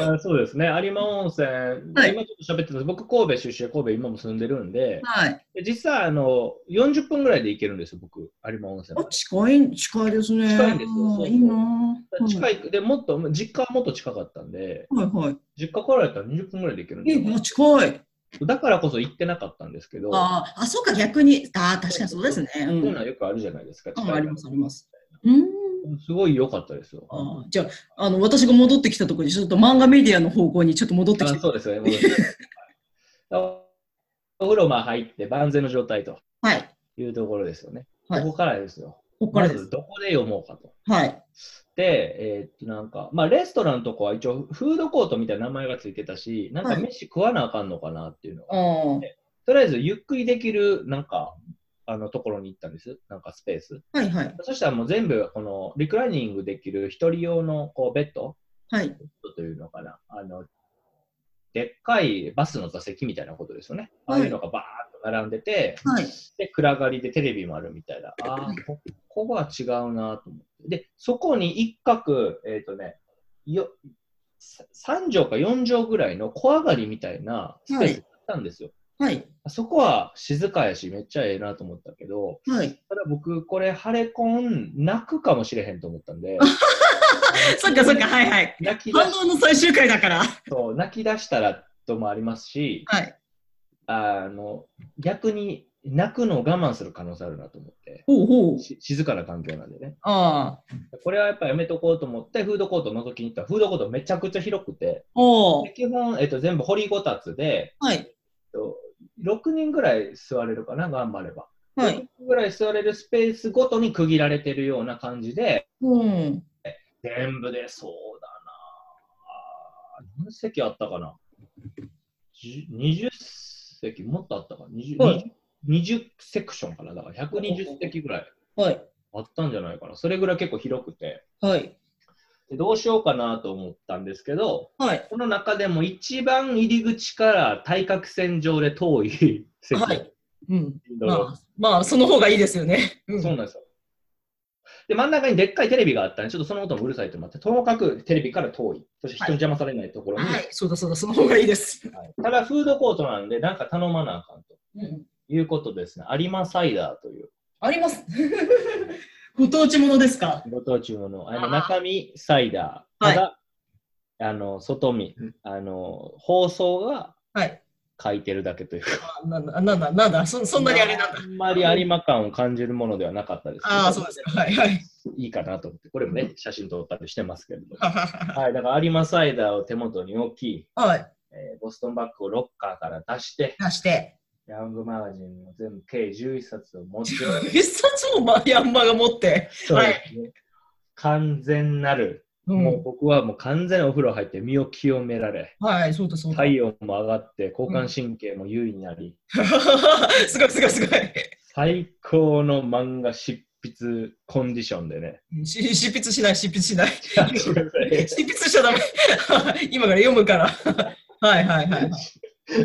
Speaker 2: あそうですね、有馬温泉、
Speaker 1: はい
Speaker 2: 今ちょっと喋ってます、僕、神戸出身、神戸今も住んでるんで、
Speaker 1: はい。
Speaker 2: で実際あの、40分ぐらいで行けるんですよ、僕、有馬温泉ま
Speaker 1: あ
Speaker 2: で。
Speaker 1: 近い、近いですね。
Speaker 2: 近いんですよそうそう
Speaker 1: いいなぁ
Speaker 2: 近い、でもっと、実家はもっと近かったんで、
Speaker 1: はいはい。
Speaker 2: 実家からやったら20分ぐらいで行けるんで
Speaker 1: え、
Speaker 2: す
Speaker 1: もう
Speaker 2: よ。
Speaker 1: 近い。
Speaker 2: だからこそ行ってなかったんですけど、
Speaker 1: あーあ、そうか、逆に。ああ、確かにそうですね。う
Speaker 2: そういうの
Speaker 1: ん。
Speaker 2: はよくあるじゃないですか、
Speaker 1: あ
Speaker 2: い
Speaker 1: あります、あります。うん。
Speaker 2: すごい良かったですよ。
Speaker 1: あーじゃあ、あの、私が戻ってきたところに、ちょっと漫画メディアの方向にちょっと戻ってき
Speaker 2: あ
Speaker 1: て。
Speaker 2: そうですよね。戻ってきてはいお風呂まあ入って万全の状態と
Speaker 1: はい。
Speaker 2: いうところですよね。
Speaker 1: はい
Speaker 2: ここからですよ。
Speaker 1: ここか
Speaker 2: ま
Speaker 1: らです
Speaker 2: ず。どこで読もうかと。
Speaker 1: はい。
Speaker 2: で、えーっとなんか、まあ、レストランのとこは一応フードコートみたいな名前がついてたし、なんか
Speaker 1: はい
Speaker 2: 飯食わなあかんのかなっていうのが、
Speaker 1: ああ。
Speaker 2: とりあえずゆっくりできるなんかあのところに行ったんです、なんかスペース。
Speaker 1: はいはい。
Speaker 2: そしたらもう全部このリクライニングできる一人用のこうベッド
Speaker 1: はい。
Speaker 2: というのかな、あのでっかいバスの座席みたいなことですよね。ああいうのがバーッと並んでて、
Speaker 1: はい。
Speaker 2: で、暗がりでテレビもあるみたいな。ああ、こここは違うなと思って。で、そこに一角、えっ、とね、よ3畳か4畳ぐらいの小上がりみたいなスペースがあったんですよ。
Speaker 1: はい。
Speaker 2: そこは静かやし、めっちゃええなと思ったけど、
Speaker 1: はい。
Speaker 2: ただ僕、これ、晴れコン、泣くかもしれへんと思ったんで、
Speaker 1: そっかそっか、はいはい。
Speaker 2: 泣き出
Speaker 1: 反
Speaker 2: し
Speaker 1: 応の最終回だから。
Speaker 2: そう泣き出したらともありますし、
Speaker 1: はい。
Speaker 2: あの逆に泣くのを我慢する可能性あるなと思って、
Speaker 1: ほうほう。
Speaker 2: し静かな環境なんでね。
Speaker 1: ああ。
Speaker 2: これはやっぱやめとこうと思って、フードコート覗きに行ったら、フードコートめちゃくちゃ広くて、
Speaker 1: おお。
Speaker 2: 基本、えっと、全部掘りごたつで、
Speaker 1: はい。
Speaker 2: えっと6人ぐらい座れるかな、頑張れば。
Speaker 1: は
Speaker 2: 6
Speaker 1: い。
Speaker 2: 人ぐらい座れるスペースごとに区切られてるような感じで、
Speaker 1: うん。
Speaker 2: 全部でそうだなぁ。何席あったかなじゅ ?20 席もっとあったか 20,、
Speaker 1: はい
Speaker 2: 20 20セクションかなだから120席ぐらい
Speaker 1: はい。
Speaker 2: あったんじゃないかな。それぐらい結構広くて。
Speaker 1: はい。
Speaker 2: でどうしようかなと思ったんですけど、
Speaker 1: はい。
Speaker 2: この中でも一番入り口から対角線上で遠い席、
Speaker 1: はいうん。
Speaker 2: インド
Speaker 1: ま
Speaker 2: の
Speaker 1: あ、まあ、その方がいいですよね。うん
Speaker 2: そうなんですよ。で、真ん中にでっかいテレビがあったんで、ちょっとその音もうるさいと思って、ともかくテレビから遠い、そして人に邪魔されないところに、
Speaker 1: はい。そうだそうだ、その方がいいです。
Speaker 2: はいただフードコートなんで、なんか頼まなあかんと
Speaker 1: うん。
Speaker 2: いうことですね。有馬サイダーという、
Speaker 1: あります。 ご当地ものですか。
Speaker 2: ご当地もの、あの
Speaker 1: あー
Speaker 2: 中身サイダー、
Speaker 1: はい
Speaker 2: ただ、あの外見、あの包装が
Speaker 1: はい。
Speaker 2: 書いてるだけというか、
Speaker 1: あなんだ、なんだ、なんだ、そそんなにあれなんだ
Speaker 2: あ。んまり有馬感を感じるものではなかったですけど
Speaker 1: ああ、そうですか。はいはい。
Speaker 2: いいかなと思って、これもね、写真撮ったりしてますけれど も。
Speaker 1: は
Speaker 2: はい、だから有馬サイダーを手元に置き、
Speaker 1: い。
Speaker 2: えーボストンバッグをロッカーから出して、
Speaker 1: 出して。
Speaker 2: ヤングマガジンの全部計11冊を持って、
Speaker 1: 一冊もまヤンマが持って。
Speaker 2: そうですね完全なる、
Speaker 1: うん
Speaker 2: もう僕はもう完全にお風呂入って身を清められ、
Speaker 1: はい、 そうだそうだ。
Speaker 2: 体温も上がって、交感神経も優位になり、
Speaker 1: すごいすごいすごい。
Speaker 2: 最高の漫画執筆コンディション でね。
Speaker 1: し執筆しない、執筆しない。
Speaker 2: ごめんなさい
Speaker 1: 執筆しちゃダメ。 今から読むから。 はいはいはい。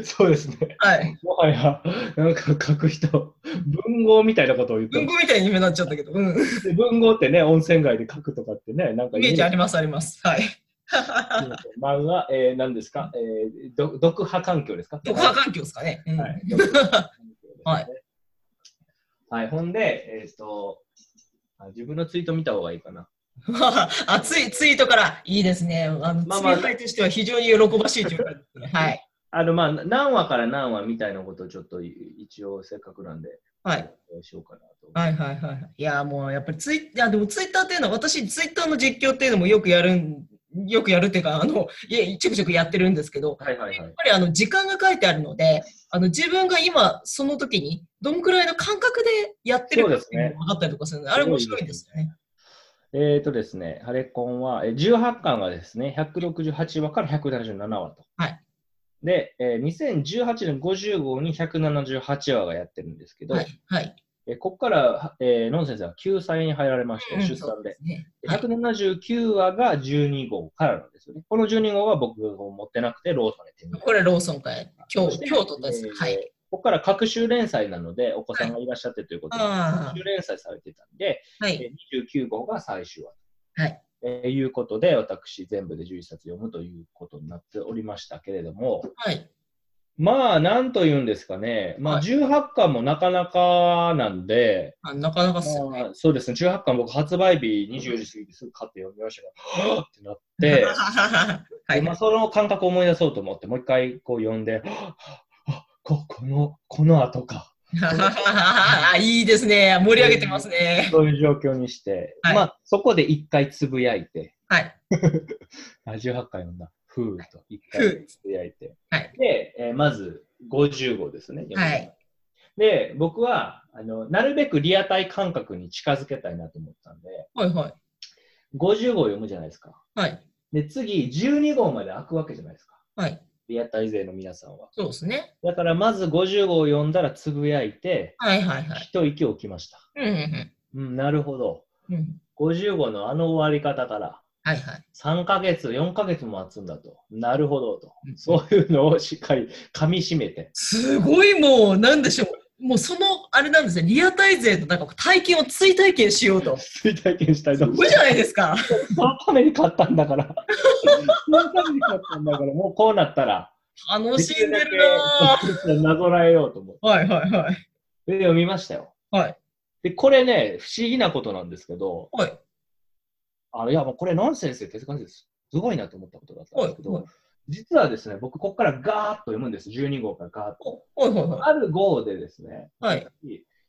Speaker 2: そうですね。
Speaker 1: はい。
Speaker 2: もはや、なんか書く人、文豪みたいなことを言って
Speaker 1: 文
Speaker 2: ま
Speaker 1: 庫みたいに夢になっちゃったけど、うん。
Speaker 2: すで文豪ってね、温泉街で書くとかってね、なんか
Speaker 1: イメージありますあります。はい。
Speaker 2: 漫画、えー、何ですか、えー、ど読破環境ですか
Speaker 1: 読破環境ですかね。うん
Speaker 2: はい。
Speaker 1: はい。
Speaker 2: はい、ほんで、えっ、とあ、自分のツイート見た方がいいかな。
Speaker 1: あツイツイートから、いいですね。あの、
Speaker 2: まあ
Speaker 1: ツイ
Speaker 2: まあ
Speaker 1: ーとしては非常に喜ばしい状況ですね。はい。
Speaker 2: あの、まあ、何話から何話みたいなことをちょっとい一応せっかくなんで、
Speaker 1: はい。
Speaker 2: お願いしようかなと。
Speaker 1: はいはいはい。いや、もうやっぱりツイいやでもツイッターっていうのは、私、ツイッターの実況っていうのもよくやるん、よくやるっていうか、あの、いや、ちょくちょくやってるんですけど、
Speaker 2: はいはい
Speaker 1: や
Speaker 2: は
Speaker 1: っ
Speaker 2: い。
Speaker 1: ぱりあの時間が書いてあるので、あの自分が今、その時にどのくらいの感覚でやってるかっていうのが分かったりとかするので、あ
Speaker 2: そうですね
Speaker 1: れ面白いですよね。
Speaker 2: えっ、とですね、ハレコンは、えー18巻がですね、168話から177話と。
Speaker 1: はい。
Speaker 2: で、えー、2018年50号に178話がやってるんですけど、
Speaker 1: はい。はい。
Speaker 2: えーここからは、えー、ノン先生は救済に入られまして、
Speaker 1: うん
Speaker 2: 出産で。。
Speaker 1: そうすねはい
Speaker 2: 179話が12号からなんですよね。この12号は僕が持ってなくて、ローソンで手に入れた
Speaker 1: これ、ローソンから今日、今日取ったや
Speaker 2: え
Speaker 1: つ。
Speaker 2: ー
Speaker 1: はい。
Speaker 2: ここから各週連載なので、お子さんがいらっしゃってということで、
Speaker 1: あ
Speaker 2: 各週連載されてたんで、
Speaker 1: あ。は
Speaker 2: え
Speaker 1: い。
Speaker 2: ー29号が最終話。
Speaker 1: はい。
Speaker 2: えーいうことで、私、全部で11冊読むということになっておりましたけれども、
Speaker 1: はい。
Speaker 2: まあ、なんと言うんですかね、ま
Speaker 1: は
Speaker 2: あ、
Speaker 1: い
Speaker 2: 18巻もなかなかなんで、
Speaker 1: あなかなかっすよね。
Speaker 2: まあ、そうですね、18巻、僕、発売日24時過ぎですぐ買って読みましたから、はぁってなって、
Speaker 1: は
Speaker 2: で
Speaker 1: い。
Speaker 2: まあ、その感覚を思い出そうと思って、もう一回こう読んで、はぁはぁはぁここの、この後か、
Speaker 1: いいですね。盛り上げてますね。
Speaker 2: そういう状況にして、
Speaker 1: はい
Speaker 2: まあ、そこで一回つぶやいて、
Speaker 1: はい。
Speaker 2: あ18巻読んだ、ふーと一
Speaker 1: ふ
Speaker 2: 回
Speaker 1: ー
Speaker 2: つぶやいて、
Speaker 1: はい
Speaker 2: で、えーまず50号ですね、読み方
Speaker 1: はい
Speaker 2: で、僕はあの、なるべくリアタイ感覚に近づけたいなと思ったんで、
Speaker 1: はいはい。
Speaker 2: 50号読むじゃないですか。
Speaker 1: はい。
Speaker 2: で、次、12号まで開くわけじゃないですか。
Speaker 1: はい。
Speaker 2: リアタイ勢の皆さんは。
Speaker 1: そうですね。
Speaker 2: だから、まず50号を読んだらつぶやいて、
Speaker 1: はいはいはい。
Speaker 2: 一息置きました。
Speaker 1: うんうん
Speaker 2: うん、なるほど。
Speaker 1: うん。うん
Speaker 2: 50号のあの終わり方から、
Speaker 3: はいはい。
Speaker 2: 3ヶ月、4ヶ月も待つんだと。なるほどと。
Speaker 3: うん
Speaker 2: そういうのをしっかり噛み締めて。
Speaker 3: す
Speaker 1: すごいもう、なんでしょう。もうその、あれなんですね、リアタイ勢となんかこう体験を追体験しようと。す
Speaker 2: 追体験したいと思い
Speaker 1: ご
Speaker 2: ま
Speaker 1: い
Speaker 2: す
Speaker 1: じゃないですか。
Speaker 2: そのために買ったんだか ら。そのために買ったんだから、もうこうなったら、
Speaker 1: 楽
Speaker 2: で
Speaker 1: し
Speaker 2: き
Speaker 1: ん
Speaker 2: る
Speaker 1: で
Speaker 2: だ
Speaker 1: るな
Speaker 2: けなぞらえようと思って。
Speaker 1: ぁ。はいはいはい。
Speaker 2: で、読みましたよ。
Speaker 1: はい。
Speaker 2: で、これね、不思議なことなんですけど、
Speaker 1: はい。
Speaker 2: あの、いや、もうこれ、ナンセンスで手塚先生、すごいなと思ったことだったんですけど、
Speaker 1: はいは
Speaker 2: 実はですね、僕、ここからガーッと読むんです。12号からガーッと。
Speaker 1: おはいはいはい。
Speaker 2: ある号でですね、
Speaker 1: はい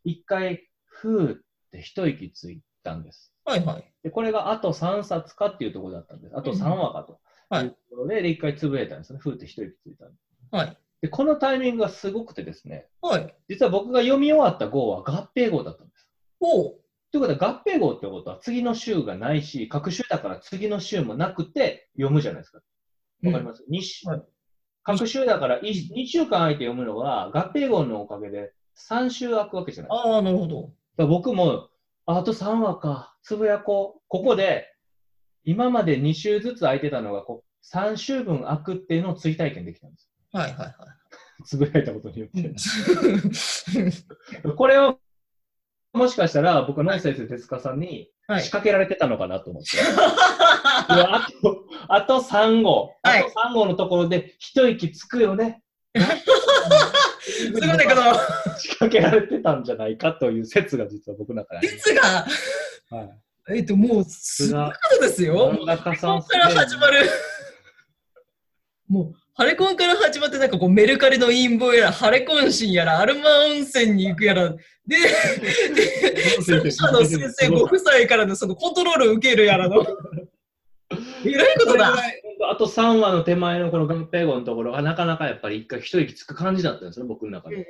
Speaker 2: 一回、ふーって一息ついたんです。
Speaker 1: はいはい。
Speaker 2: で、これがあと3冊かっていうところだったんです。あと
Speaker 1: うんうん
Speaker 2: 3話かと。
Speaker 1: はい
Speaker 2: い。うところで、で一回つぶれたんですね。ふーって一息ついたんです。
Speaker 1: はい。
Speaker 2: で、このタイミングがすごくてですね、
Speaker 1: はい。
Speaker 2: 実は僕が読み終わった号は合併号だったんです。
Speaker 1: おう。
Speaker 2: ということは、合併号ってことは次の週がないし、各週だから次の週もなくて読むじゃないですか。わかります、二週
Speaker 1: はい
Speaker 2: 各週だから2週間空いて読むのは、合併号のおかげで3週空くわけじゃないですか。だか
Speaker 1: ああ、なるほど。
Speaker 2: ら僕も、ああと3話か、つぶやこう。ここで、今まで2週ずつ空いてたのがこう、3週分空くっていうのを追体験できたんです。
Speaker 3: はいはいはい。
Speaker 2: つぶやいたことによっ
Speaker 1: う
Speaker 2: て
Speaker 1: ん。
Speaker 2: これを、もしかしたら僕はノイ先生手塚さんに
Speaker 1: はい
Speaker 2: 仕掛けられてたのかなと思って。いやあと、あと3号。
Speaker 1: はい
Speaker 2: あと3号のところで一息つくよね。
Speaker 1: す
Speaker 2: す
Speaker 1: ごいだけど、
Speaker 2: 仕掛けられてたんじゃないかという説が実は僕の中で
Speaker 1: 熱が、
Speaker 2: あります。はい。
Speaker 1: えっと、もう、すごいことですよ。
Speaker 2: 漫画家
Speaker 1: ハレ
Speaker 2: さ
Speaker 1: コ
Speaker 2: ん
Speaker 1: ンから始 まる。もう、ハレコンから始まって、なんかこう、メルカリの陰謀やら、ハレコン神やら、アルマ温泉に行くやら、で、
Speaker 2: 先生
Speaker 1: あの先生ご夫妻からのそのコントロールを受けるやらの。えらいこと
Speaker 2: それぐ
Speaker 1: だ。
Speaker 2: らいあと3話の手前のこの合併号のところがなかなかやっぱり一回一息つく感じだったんですね、僕の中で。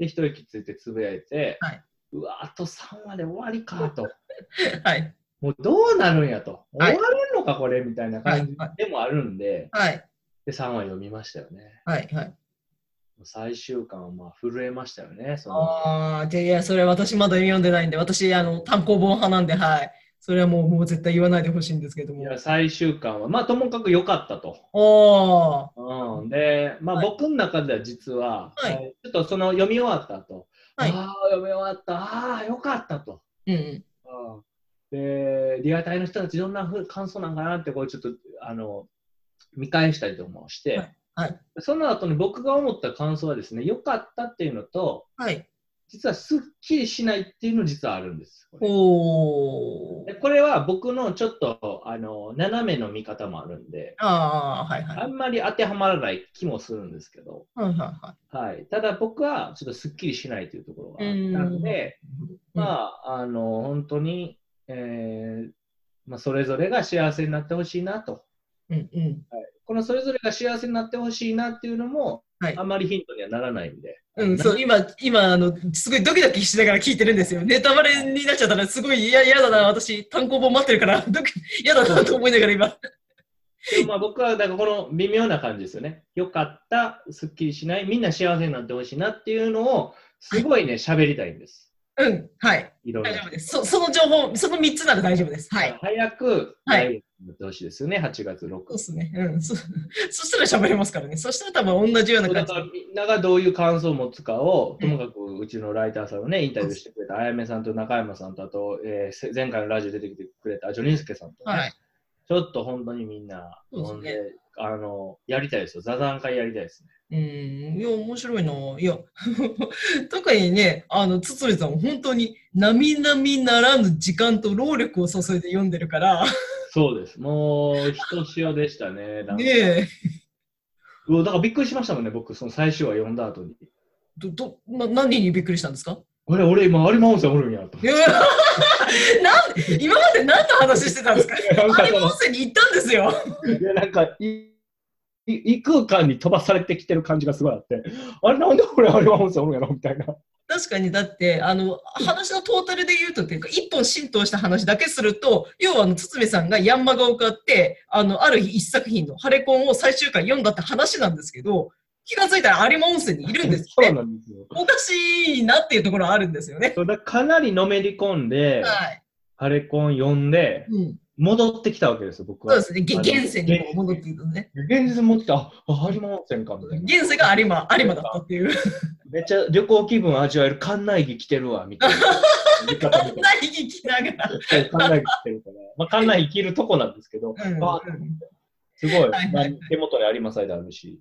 Speaker 2: で、一息ついてつぶやいて、
Speaker 1: はいう
Speaker 2: わ、あと3話で終わりかと。
Speaker 1: はい。
Speaker 2: もうどうなるんやと。
Speaker 1: は
Speaker 2: 終
Speaker 1: い
Speaker 2: わるのか、これみたいな感じ
Speaker 1: はいは
Speaker 2: でもあるんで、
Speaker 1: はい。
Speaker 2: で、3話読みましたよね。
Speaker 1: はい。はい。
Speaker 2: 最終巻はまあ震えましたよね。その
Speaker 1: ああ、じゃあいや、それ私まだ読んでないんで、私、あの、単行本派なんで、はい。それはもう、もう絶対言わないでほしいんですけど
Speaker 2: い
Speaker 1: も。
Speaker 2: や最終巻は、まあともかく良かったと。
Speaker 1: おー。
Speaker 2: うん、で、ま
Speaker 1: は
Speaker 2: あ
Speaker 1: い
Speaker 2: 僕の中では実は、
Speaker 1: はい
Speaker 2: えーちょっとその読み終わったと、
Speaker 1: はい
Speaker 2: ああ、読み終わった、ああ、良かったと。
Speaker 1: うんうん。
Speaker 2: うんで、リアタイの人たちどんなふう感想なんかなって、こうちょっとあの見返したりとかもして、
Speaker 1: はい。
Speaker 2: その後に僕が思った感想はですね、良かったっていうのと、
Speaker 1: はい。
Speaker 2: 実はすっきりしないっていうの実はあるんです。これ
Speaker 1: おー。
Speaker 2: でこれは僕のちょっとあの斜めの見方もあるんで、
Speaker 1: ああ、はいはい。
Speaker 2: あんまり当てはまらない気もするんですけど、
Speaker 1: はいは
Speaker 2: はい、ただ僕はちょっとすっきりしないというところがあったので、
Speaker 1: いはい。
Speaker 2: まあ、あの本当に、えーまあ、それぞれが幸せになってほしいなと、
Speaker 1: うんうん。
Speaker 2: このそれぞれが幸せになってほしいなっていうのも、
Speaker 1: はい
Speaker 2: あんまりヒントにはならないんで、
Speaker 1: うん、そう、今、今、あの、すごいドキドキしながら聞いてるんですよ。ネタバレになっちゃったら、すごい、いや、嫌だな、私、単行本待ってるから、 ドキ、嫌だなと思いながら今。
Speaker 2: でもまあ僕はだからこの微妙な感じですよね。よかった、すっきりしない、みんな幸せになってほしいなっていうのを、すごいね、喋りたいんです。
Speaker 1: うん、はい、
Speaker 2: いろんな
Speaker 1: 大丈夫です。そその情報、その3つなら大丈夫です。はい。
Speaker 2: 早く、
Speaker 1: はい
Speaker 2: 来月になってほしいですよね、8月6
Speaker 1: そうですね。うん、そ、そしたら喋れますからね。そしたら多分同じような感
Speaker 2: だか
Speaker 1: じ。
Speaker 2: らみんながどういう感想を持つかを、
Speaker 1: う
Speaker 2: と
Speaker 1: ん
Speaker 2: もかくうちのライターさんをね、インタビューしてくれたあやめさんと中山さんと、あと、えーせ前回のラジオ出てきてくれたジョリンスケさんとね、
Speaker 1: はい。
Speaker 2: ちょっと本当にみんな、
Speaker 1: そ
Speaker 2: 飲
Speaker 1: うんです
Speaker 2: で、あの、やりたいですよ。座談会やりたいですね。
Speaker 1: うん、いや、面白いな。いや、 特にね、あの、つつみさん、本当に、並々ならぬ時間と労力を注いで読んでるから、
Speaker 2: そうです。もう、ひとしおでしたね。なんか
Speaker 1: ねえ。
Speaker 2: うわだからびっくりしましたもんね、僕、その最終話読んだ後に。
Speaker 1: ど、ど、な、何にびっくりしたんですか
Speaker 2: あれ、俺今、有馬温泉おるんやと。
Speaker 1: いやなんで、今まで何の話してたんですか
Speaker 2: なん
Speaker 1: あ
Speaker 2: か
Speaker 1: れ
Speaker 2: そ
Speaker 1: 温
Speaker 2: の
Speaker 1: 泉に行ったんですよ。
Speaker 2: いやなんかいい異空間に飛ばされてきてる感じがすごいあって、あれ、なんで俺、有馬温泉おるんやろみたいな。
Speaker 1: 確かに、だって、あの、話のトータルで言うとっていうか、一本浸透した話だけすると、要は、あの、堤さんがヤンマガを買って、あの、ある一作品のハレコンを最終回読んだって話なんですけど、気がついたら有馬温泉にいるんです
Speaker 2: そう
Speaker 1: よね。
Speaker 2: なんですよ。
Speaker 1: おかしいなっていうところはあるんですよね。
Speaker 2: そうだからかなりのめり込んで、
Speaker 1: はい。
Speaker 2: ハレコン呼んで、
Speaker 1: うん。
Speaker 2: 戻ってきたわけですよ、僕
Speaker 1: そう
Speaker 2: は
Speaker 1: で。すね。げ現世にこう戻っていくのね。
Speaker 2: 現実に持ってきた、あ、あ有馬温泉かみたいな。
Speaker 1: 現世が有馬、有馬だったっていう。
Speaker 2: めっちゃ旅行気分味わえる館内着着てるわ、みた いな。言い方みたいな
Speaker 1: 何聞きながら。
Speaker 2: そう館内着着てるから。まあ、館内着着るとこなんですけど、
Speaker 1: うん
Speaker 2: わー
Speaker 1: うん
Speaker 2: すご
Speaker 1: い
Speaker 2: い。
Speaker 1: はい
Speaker 2: まあ手元に有馬サイダーあるし。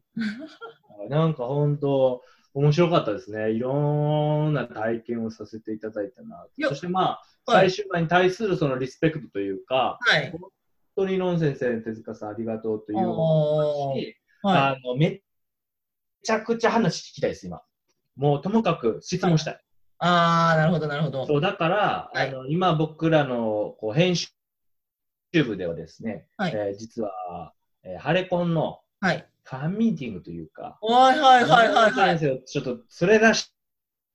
Speaker 2: なんか本当、面白かったですね。いろんな体験をさせていただいたな。
Speaker 1: いや
Speaker 2: そしてまあ、
Speaker 1: はい
Speaker 2: 最終話に対するそのリスペクトというか、
Speaker 1: はい。
Speaker 2: 本当にノン先生、手塚さんありがとうという思
Speaker 1: お
Speaker 2: い
Speaker 1: ー
Speaker 2: し、
Speaker 1: は
Speaker 2: あのめちゃくちゃ話聞きたいです、今。もうともかく質問したい。
Speaker 1: い。ああ、なるほど、なるほど。
Speaker 2: そうだから、
Speaker 1: はい
Speaker 2: あの今僕らのこう編集部ではですね、
Speaker 1: はい
Speaker 2: えー実は、えーハレコンの
Speaker 1: はい。
Speaker 2: ファンミーティングというか、
Speaker 1: はいはいはいはいは
Speaker 2: ノン
Speaker 1: い。
Speaker 2: 先生をちょっと連れ出し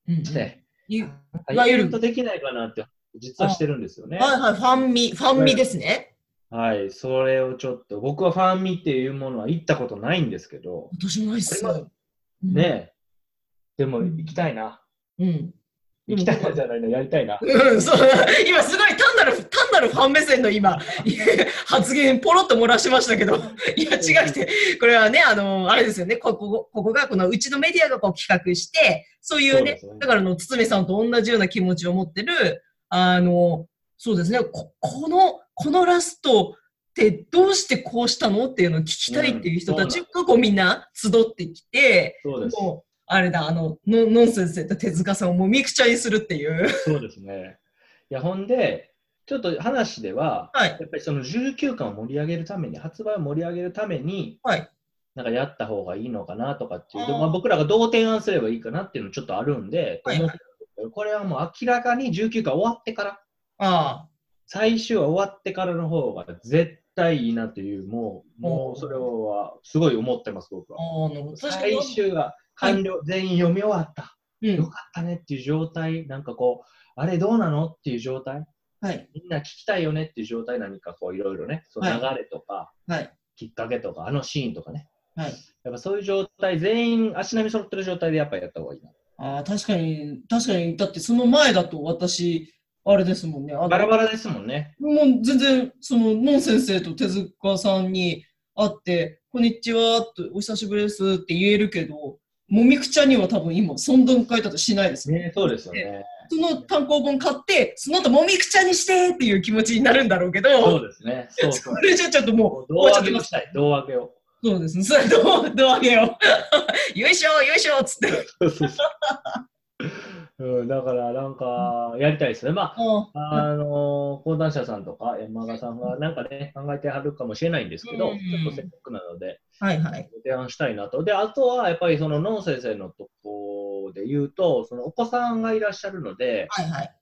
Speaker 1: うんうん
Speaker 2: て、
Speaker 1: いわ
Speaker 2: い
Speaker 1: いわゆ
Speaker 2: ゆ
Speaker 1: る
Speaker 2: るとできないかなって、実はしてるんですよね。
Speaker 1: はいはい、ファンミ、ファンミですね。
Speaker 2: はい、それをちょっと、僕はファンミっていうものは行ったことないんですけど、
Speaker 1: 私もないっす
Speaker 2: あれ
Speaker 1: よ。うん。
Speaker 2: ねえ、でも
Speaker 1: うん
Speaker 2: 行きたいな。
Speaker 1: うん。
Speaker 2: 行きたいなじゃないな、やりたいな。
Speaker 1: うん、そう今すごい単なる単なるファン目線の今発言ポロッと漏らしましたけどいや違くてこれはねあのあれですよねこここここがこのうちのメディアがこう企画してそういう
Speaker 2: そう
Speaker 1: ね
Speaker 2: ですね
Speaker 1: だからあの堤さんと同じような気持ちを持ってるあのそうですねここのこのラストってどうしてこうしたのっていうのを聞きたいっていう人たちがこうみんな集ってきて、
Speaker 2: そうです。
Speaker 1: もうあれだあののノン先生と手塚さんをもうみくちゃにするっていう。
Speaker 2: そうですね。いや、ほんで、ちょっと話では、
Speaker 1: はい
Speaker 2: やっぱりその19巻を盛り上げるために、発売を盛り上げるために、
Speaker 1: はい
Speaker 2: なんかやった方がいいのかなとかっていう、
Speaker 1: あー
Speaker 2: でもまあ僕らがどう提案すればいいかなっていうのちょっとあるんで、
Speaker 1: はいはい
Speaker 2: これはもう明らかに19巻終わってから、
Speaker 1: あ
Speaker 2: 最終話終わってからの方が絶対いいなという、もう、もうそれはすごい思ってます、僕
Speaker 1: あ、
Speaker 2: は。
Speaker 1: ああなるほど。確かに
Speaker 2: 最終話完了、全員読み終わった。
Speaker 1: う
Speaker 2: よ
Speaker 1: ん。
Speaker 2: かったねっていう状態、なんかこう、あれどうなのっていう状態、
Speaker 1: はい。
Speaker 2: みんな聞きたいよねっていう状態、何かこういろいろね、その
Speaker 1: はい
Speaker 2: 流れとか、
Speaker 1: はい。
Speaker 2: きっかけとか、あのシーンとかね、
Speaker 1: はい。
Speaker 2: やっぱそういう状態、全員足並み揃ってる状態でやっぱやった方がいいな。
Speaker 1: ああ、確かに、確かに、だってその前だと私、あれですもんね。あの
Speaker 2: バラバラですもんね。
Speaker 1: もう全然、その、ノン先生と手塚さんに会って、こんにちは、と、お久しぶりですって言えるけど、もみくちゃんには多分今、存分会だとしないですね。
Speaker 2: ねそうですよね。
Speaker 1: その単行本買って、その後もみくちゃんにしてっていう気持ちになるんだろうけ
Speaker 2: そう
Speaker 1: ど、
Speaker 2: ですね。そうそ
Speaker 1: それじゃちょっとも
Speaker 2: う。
Speaker 1: う、
Speaker 2: 胴
Speaker 1: 終わっち
Speaker 2: 上
Speaker 1: ゃって
Speaker 2: げ
Speaker 1: ま
Speaker 2: を
Speaker 1: す
Speaker 2: したい、胴上げを。
Speaker 1: そうですね。それどう、どうあげよう。よいしょ、よいしょ、つって。
Speaker 2: そうそうそう。うん、だからなんか、やりたいですね。まあ、
Speaker 1: あ
Speaker 2: あのー講談社さんとか山田さんがなんかね、考えてはるかもしれないんですけど、
Speaker 1: うん
Speaker 2: ちょっとせっかくなので、
Speaker 1: あ、はいはい。
Speaker 2: ご提案したいなと。で、あとはやっぱりそのノン先生のとこで言うと、そのお子さんがいらっしゃるので、
Speaker 1: はいはい。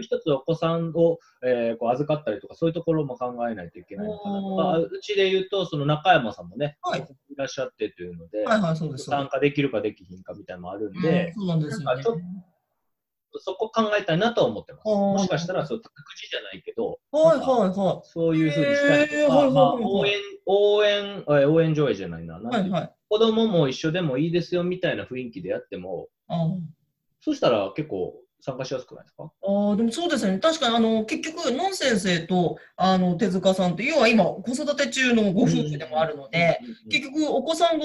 Speaker 2: 一つお子さんを、えーこう預かったりとか、そういうところも考えないといけないのかなとか、
Speaker 1: う
Speaker 2: うちで言うと、その中山さんもね、
Speaker 1: はい
Speaker 2: いらっしゃってというので、
Speaker 1: はいはい、そうです。
Speaker 2: 参加できるかできひんかみたいなのもあるん
Speaker 1: で
Speaker 2: で、、
Speaker 1: そうなんですよ、
Speaker 2: なんか
Speaker 1: ね
Speaker 2: ちょっ。そこ考えたいなとは思ってます。
Speaker 1: あー
Speaker 2: もしかしたら、そう、託児じゃないけど、
Speaker 1: はいはいは
Speaker 2: そういうふうにしたり
Speaker 1: へー
Speaker 2: とか、まあ
Speaker 1: はいはいはいはい
Speaker 2: 応援、応援、あ応援上映じゃないな、な
Speaker 1: い。
Speaker 2: ん
Speaker 1: は
Speaker 2: てい
Speaker 1: いう
Speaker 2: の
Speaker 1: はい。
Speaker 2: 子供も一緒でもいいですよみたいな雰囲気でやっても、
Speaker 1: あー
Speaker 2: そしたら結構参加しやすくないですか
Speaker 1: あーでもそうですね、確かにあの結局、のん先生とあの手塚さんと、要は今、子育て中のご夫婦でもあるので、、
Speaker 2: 結
Speaker 1: 結局、お子さんが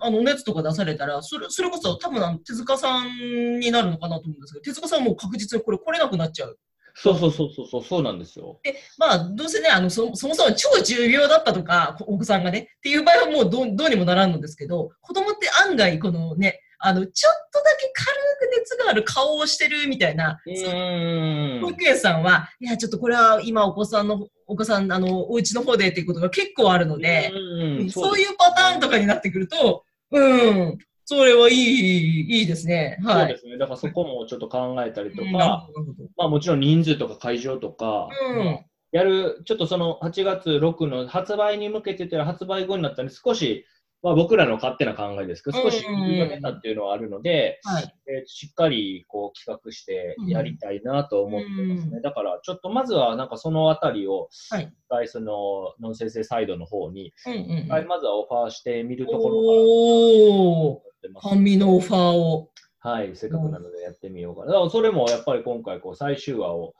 Speaker 1: あのお熱とか出されたら、それそれこそ多分あの手塚さんになるのかなと思うんですけど、手塚さんはもう確実にこれ、来れなくなっちゃう。
Speaker 2: そうそうそうそうそう、そうなんですよ。
Speaker 1: まあ、どうせね、あのそそもそも超重病だったとか、おお子さんがね、っていう場合はもうどうどうにもならんのですけど、子供って案外、このね、あのちょっとだけ軽く熱がある顔をしてるみたいな、
Speaker 2: う
Speaker 1: その
Speaker 2: ーん
Speaker 1: 保。育園さんは、いや、ちょっとこれは今、お子さんの、お子さん、あの、お家の方でっていうことが結構あるので、
Speaker 2: うん
Speaker 1: そういうパターンとかになってくると、うん、それはいい、いいですね。
Speaker 2: そ
Speaker 1: は
Speaker 2: う
Speaker 1: い
Speaker 2: で。すね。だからそこもちょっと考えたりと
Speaker 1: うん
Speaker 2: か、、
Speaker 1: なるほど
Speaker 2: まあもちろん人数とか会場とか、
Speaker 1: なるほどうん、
Speaker 2: やる、ちょっとその8月6の発売に向けてというのは発売後になったので、少し、まあ、僕らの勝手な考えですけど、少し
Speaker 1: うんうんうん
Speaker 2: が出たっていうのはあるので、
Speaker 1: はい。
Speaker 2: えーしっかりこう企画してやりたいなと思ってますね。
Speaker 1: う
Speaker 2: だから、ちょっとまずはなんかそのあたりを、
Speaker 1: はい
Speaker 2: 一回その、ノン先生サイドの方に、
Speaker 1: うんうんうん
Speaker 2: 一回まずはオファーしてみるところからと
Speaker 1: おー、
Speaker 2: 思ってます。
Speaker 1: 半身のオファーを。
Speaker 2: はい、せっかくなのでやってみようかな。だからそれもやっぱり今回こう最終話を、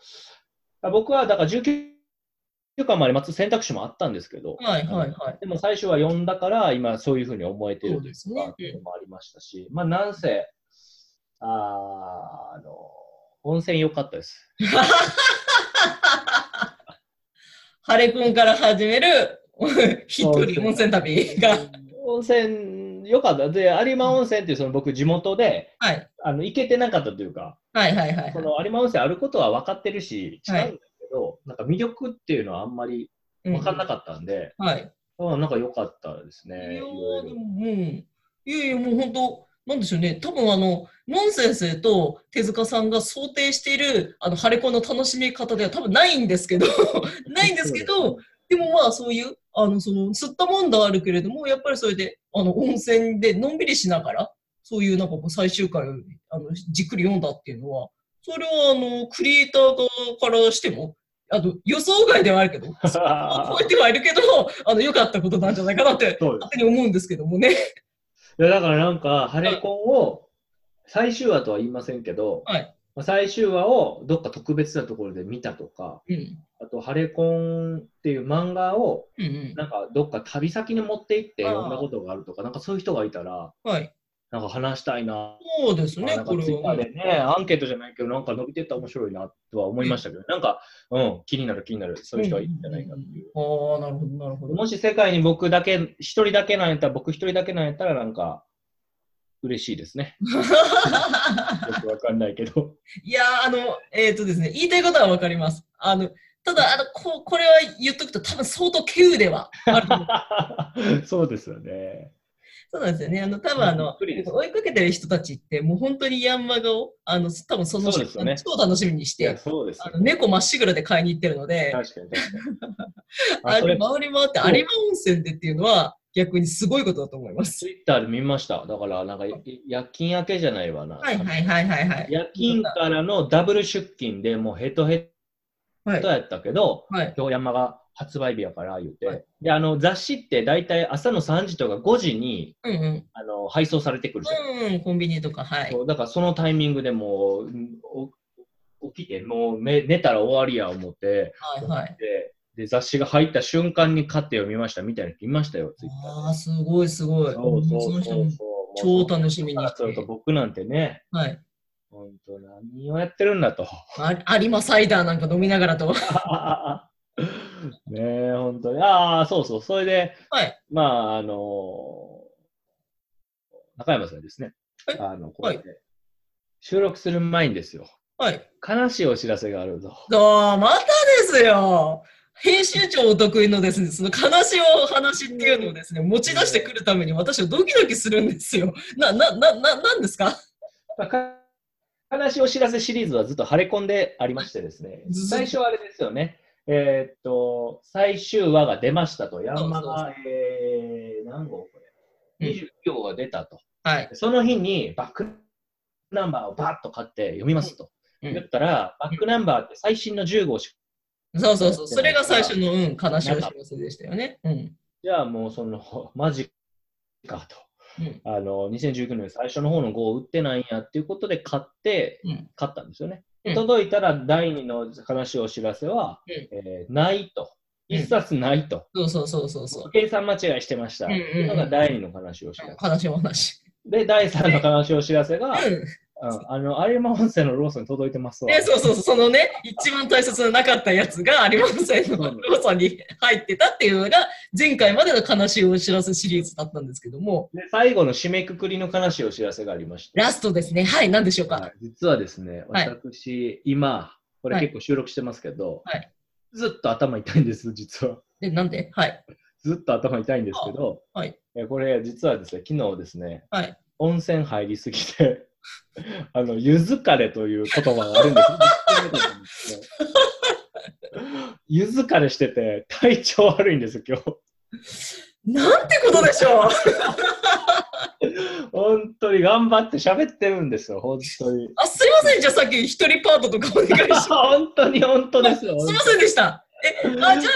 Speaker 2: あ僕はだから19ていうか、まあ、松選択肢もあったんですけど、
Speaker 1: はいはいはい。
Speaker 2: でも最初は読んだから、今そういうふうに思えて
Speaker 1: そ
Speaker 2: る
Speaker 1: う
Speaker 2: とい
Speaker 1: です
Speaker 2: うか、
Speaker 1: ね
Speaker 2: っ。ていうのもありましたし、まあ、なんせ、あーあの、温泉良かったです。
Speaker 1: ハレ君から始める 一人温泉旅が。
Speaker 2: 温泉良かった。で、有馬温泉っていう、その僕、地元で、
Speaker 1: はい。
Speaker 2: あの、行けてなかったというか、
Speaker 1: はいはいはい
Speaker 2: そ。の有馬温泉あることは分かってるし、違うん
Speaker 1: は
Speaker 2: だ
Speaker 1: い
Speaker 2: けど、なんか魅力っていうのはあんまり分かんなかったんで、
Speaker 1: た。はい。
Speaker 2: うんなんか良かったですね。
Speaker 1: いや
Speaker 2: い
Speaker 1: ー
Speaker 2: ろ
Speaker 1: で
Speaker 2: い
Speaker 1: も、うん。いやいや、もう本当、なんでしょうね。多分あの、ノン先生と手塚さんが想定している、あの、ハレコンの楽しみ方では多分ないんですけど、 ないんです けど、でもまあそういう、あの、その、吸ったもんだはあるけれども、やっぱりそれで、あの、温泉でのんびりしながら、そういうなんかこう最終回をあのじっくり読んだっていうのは、それはあの、クリエイター側からしても、あの、予想外ではあるけど、
Speaker 2: ろ
Speaker 1: 覚えてはいるけど、あの、良かったことなんじゃないかなって、
Speaker 2: そうです
Speaker 1: 勝手に思うんですけどもね。
Speaker 2: いやだからなんか、ハレコンを、最終話とは言いませんけど、
Speaker 1: はい
Speaker 2: まあ最終話をどっか特別なところで見たとか、
Speaker 1: うん。
Speaker 2: あと、ハレコンっていう漫画を、
Speaker 1: うんうん
Speaker 2: なんかどっか旅先に持って行って
Speaker 1: あー
Speaker 2: 読んだことがあるとか、なんかそういう人がいたら、
Speaker 1: はい。
Speaker 2: なんか話したいな。
Speaker 1: そうですね
Speaker 2: なん、か
Speaker 1: これ
Speaker 2: ツイッタ
Speaker 1: は
Speaker 2: ーでね、アンケートじゃないけど、なんか伸びてったら面白いなとは思いましたけど、なんか、うん、気になる気になる、そういう人がいるんじゃないかっていう。
Speaker 1: うんああ、なるほど、なるほど。
Speaker 2: もし世界に僕だけ、一人だけなんやったら、僕一人だけなんやったら、なんか、嬉しいです ね。よくわかんないけど。
Speaker 1: いやーあの、えっ、とですね、言いたいことはわかります。あの、ただ、あの、ここれは言っとくと、多分相当稀有ではあると思 う
Speaker 2: そうですよね。
Speaker 1: そうなんですよね。あの、多分あ
Speaker 2: びっ
Speaker 1: の、
Speaker 2: くりです
Speaker 1: 追いかけてる人たちって、もう本当にヤンマガを、あの、多分その
Speaker 2: そうですよね
Speaker 1: 超楽しみにし
Speaker 2: いや、
Speaker 1: て、
Speaker 2: そうです
Speaker 1: あ
Speaker 2: よ
Speaker 1: の
Speaker 2: ね。
Speaker 1: 猫まっしぐらで買いに行ってるので、
Speaker 2: 確かに確かに。 あ、
Speaker 1: あ
Speaker 2: そ
Speaker 1: れ
Speaker 2: れ、
Speaker 1: 回り回って
Speaker 2: そう
Speaker 1: 有馬温泉でっていうのは逆にすごいことだと思います。
Speaker 2: ツイッターで見ました。だから、なんか、や夜勤明けじゃないわな。
Speaker 1: はいはいはいはいはい。
Speaker 2: 夜勤からのダブル出勤でもうヘトヘ
Speaker 1: はい
Speaker 2: トやったけど、
Speaker 1: はい。
Speaker 2: 今日山が発売日やから言って、
Speaker 1: はい
Speaker 2: であの雑誌って大体朝の3時とか5時に
Speaker 1: うんうん。
Speaker 2: あの配送されてくるじゃん
Speaker 1: うんうん、コンビニとか、はい。
Speaker 2: そうだからそのタイミングでもううんお起きてもう寝寝たら終わりや思って
Speaker 1: はいはい。
Speaker 2: でで雑誌が入った瞬間に買って読みましたみたいな人いましたよツイッター
Speaker 1: ああ、すごいすごい。
Speaker 2: そうそう
Speaker 1: そ
Speaker 2: そ
Speaker 1: の
Speaker 2: う
Speaker 1: 人も
Speaker 2: も
Speaker 1: 超
Speaker 2: う
Speaker 1: 楽しみに
Speaker 2: だから
Speaker 1: し
Speaker 2: すると
Speaker 1: て。
Speaker 2: 僕なんてね
Speaker 1: はい。
Speaker 2: 本当何をやってるんだと
Speaker 1: あ有馬サイダーなんか飲みながら と。
Speaker 2: ねえ本当にああそうそうそれで
Speaker 1: はい。
Speaker 2: まああの中山さんですね
Speaker 1: はい
Speaker 2: あのこうやって収録する前にですよ
Speaker 1: はい。
Speaker 2: 悲しいお知らせがあるぞ
Speaker 1: ああ、またですよ。編集長お得意のですね、その悲しいお話っていうのをですね、持ち出してくるために私はドキドキするんですよ。な、な、な、な、なんですか
Speaker 2: まあか悲しいお知らせシリーズはずっと晴れ込んでありましてですね、
Speaker 1: ず
Speaker 2: 最初はあれですよね、えーっと、最終話が出ましたと、ヤンマ
Speaker 1: そう
Speaker 2: が、えー、何号これ、
Speaker 1: うん
Speaker 2: ?29 号が出たと。
Speaker 1: はい。
Speaker 2: その日にバックナンバーをバッと買って読みますと。
Speaker 1: うん
Speaker 2: 言ったら、バックナンバーって最新の10号しか、
Speaker 1: そうそうそう。それが最初の、うん、悲しいお知らせでしたよね。うん。
Speaker 2: じゃあもうその、 マジかと。
Speaker 1: うん
Speaker 2: あの2019年最初の方の号を売ってないんやっていうことで買って、
Speaker 1: うん
Speaker 2: 買ったんですよね。
Speaker 1: うん
Speaker 2: 届いたら第2の悲しいお知らせは、
Speaker 1: うん
Speaker 2: えーないと。
Speaker 1: うん
Speaker 2: 一冊ないと。
Speaker 1: そうそうそうそうそう。
Speaker 2: 計算間違いしてました。
Speaker 1: うんうんうん
Speaker 2: っていうのが第2の悲しいお知らせ。
Speaker 1: 悲しいお話。
Speaker 2: で、第3の悲しいお知らせが、
Speaker 1: うん。
Speaker 2: うんあの、有馬温泉のローソンに届いてますわ。
Speaker 1: で、そうそうそう、そのね、一番大切ななかったやつが有馬さんのローソンに入ってたっていうのが、前回までの悲しいお知らせシリーズだったんですけども、
Speaker 2: で最後の締めくくりの悲しいお知らせがありました。
Speaker 1: ラストですね。はい、何でしょうか。
Speaker 2: はい実はですね、
Speaker 1: はい
Speaker 2: 私、今、これ
Speaker 1: はい
Speaker 2: 結構収録してますけど、
Speaker 1: はい
Speaker 2: ずっと頭痛いんです、実は。
Speaker 1: で、なんではい。
Speaker 2: ずっと頭痛いんですけど、
Speaker 1: あはい
Speaker 2: えこれ実はですね、昨日ですね、
Speaker 1: はい
Speaker 2: 温泉入りすぎて、 あの、湯疲れという言葉があるんですよ。湯疲れしてて、体調悪いんですよ、今日。
Speaker 1: なんてことでしょう
Speaker 2: 本当に頑張って喋ってるんですよ、本当に。
Speaker 1: あ、すいません。じゃあさっき一人パートとかお願いします。
Speaker 2: 本当に本当で すよ。
Speaker 1: すいませんでした。え、あ、じゃあもう、昨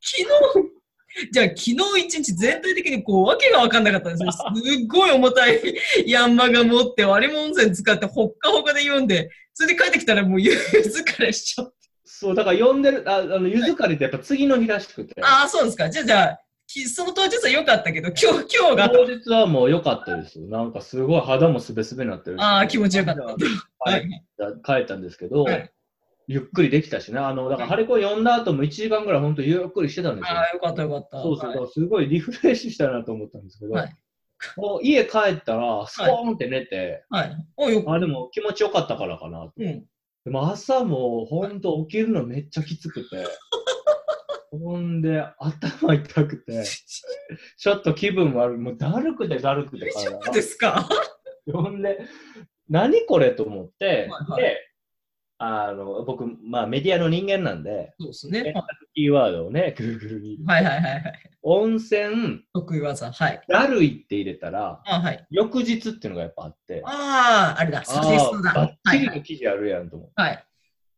Speaker 1: 日、じゃあ昨日一日全体的にこう、わけが分かんなかったんですね。すっごい重たいヤンマが持って、割りも温泉使って、ほっかほかで読んで、それで帰ってきたらもう、ゆずかれしちゃって。
Speaker 2: そう、だから呼んでる、ああの、ゆずかりってやっぱ次の日らしくて。
Speaker 1: ああ、そうですか。じゃあ、じゃあ、きその当日は良かったけど、今日、今日が、
Speaker 2: 当日はもう良かったですよ。なんかすごい肌もすべすべになってるし。
Speaker 1: ああ、気持ちよかった。
Speaker 2: は
Speaker 1: はい
Speaker 2: い、帰ったんですけど、
Speaker 1: はい
Speaker 2: ゆっくりできたしね、あのだから、ハレコ呼んだ後も1時間ぐらい、本当、ゆっくりしてたんですよ。
Speaker 1: ああ、よかったよかった。
Speaker 2: そうそう、だ
Speaker 1: はい
Speaker 2: からすごいリフレッシュしたなと思ったんですけど、
Speaker 1: はい
Speaker 2: もう家帰ったら、スコーンって寝て、
Speaker 1: はい。およ
Speaker 2: あでも気持ちよかったからかなと。
Speaker 1: うん。
Speaker 2: でも朝も本当、起きるのめっちゃきつくて、ほんで、頭痛くて、ちょっと気分悪い、もうだるくてだるくて体が
Speaker 1: そうですか。
Speaker 2: ほんで、何これと思って、
Speaker 1: はいはい
Speaker 2: で、あの、僕、まあメディアの人間なんで、
Speaker 1: そうですね。
Speaker 2: キーワードをね、Google に。
Speaker 1: はいはいはいはい。
Speaker 2: 温泉、
Speaker 1: 得意技。はい。
Speaker 2: だるいって入れたら、
Speaker 1: あはい。
Speaker 2: 翌日っていうのがやっぱあって、
Speaker 1: ああ、あれだ。サジェストだ。
Speaker 2: あーバッ
Speaker 1: は
Speaker 2: チ
Speaker 1: い
Speaker 2: リ
Speaker 1: は
Speaker 2: の
Speaker 1: い。
Speaker 2: 記事あるやんと思って。
Speaker 1: はい。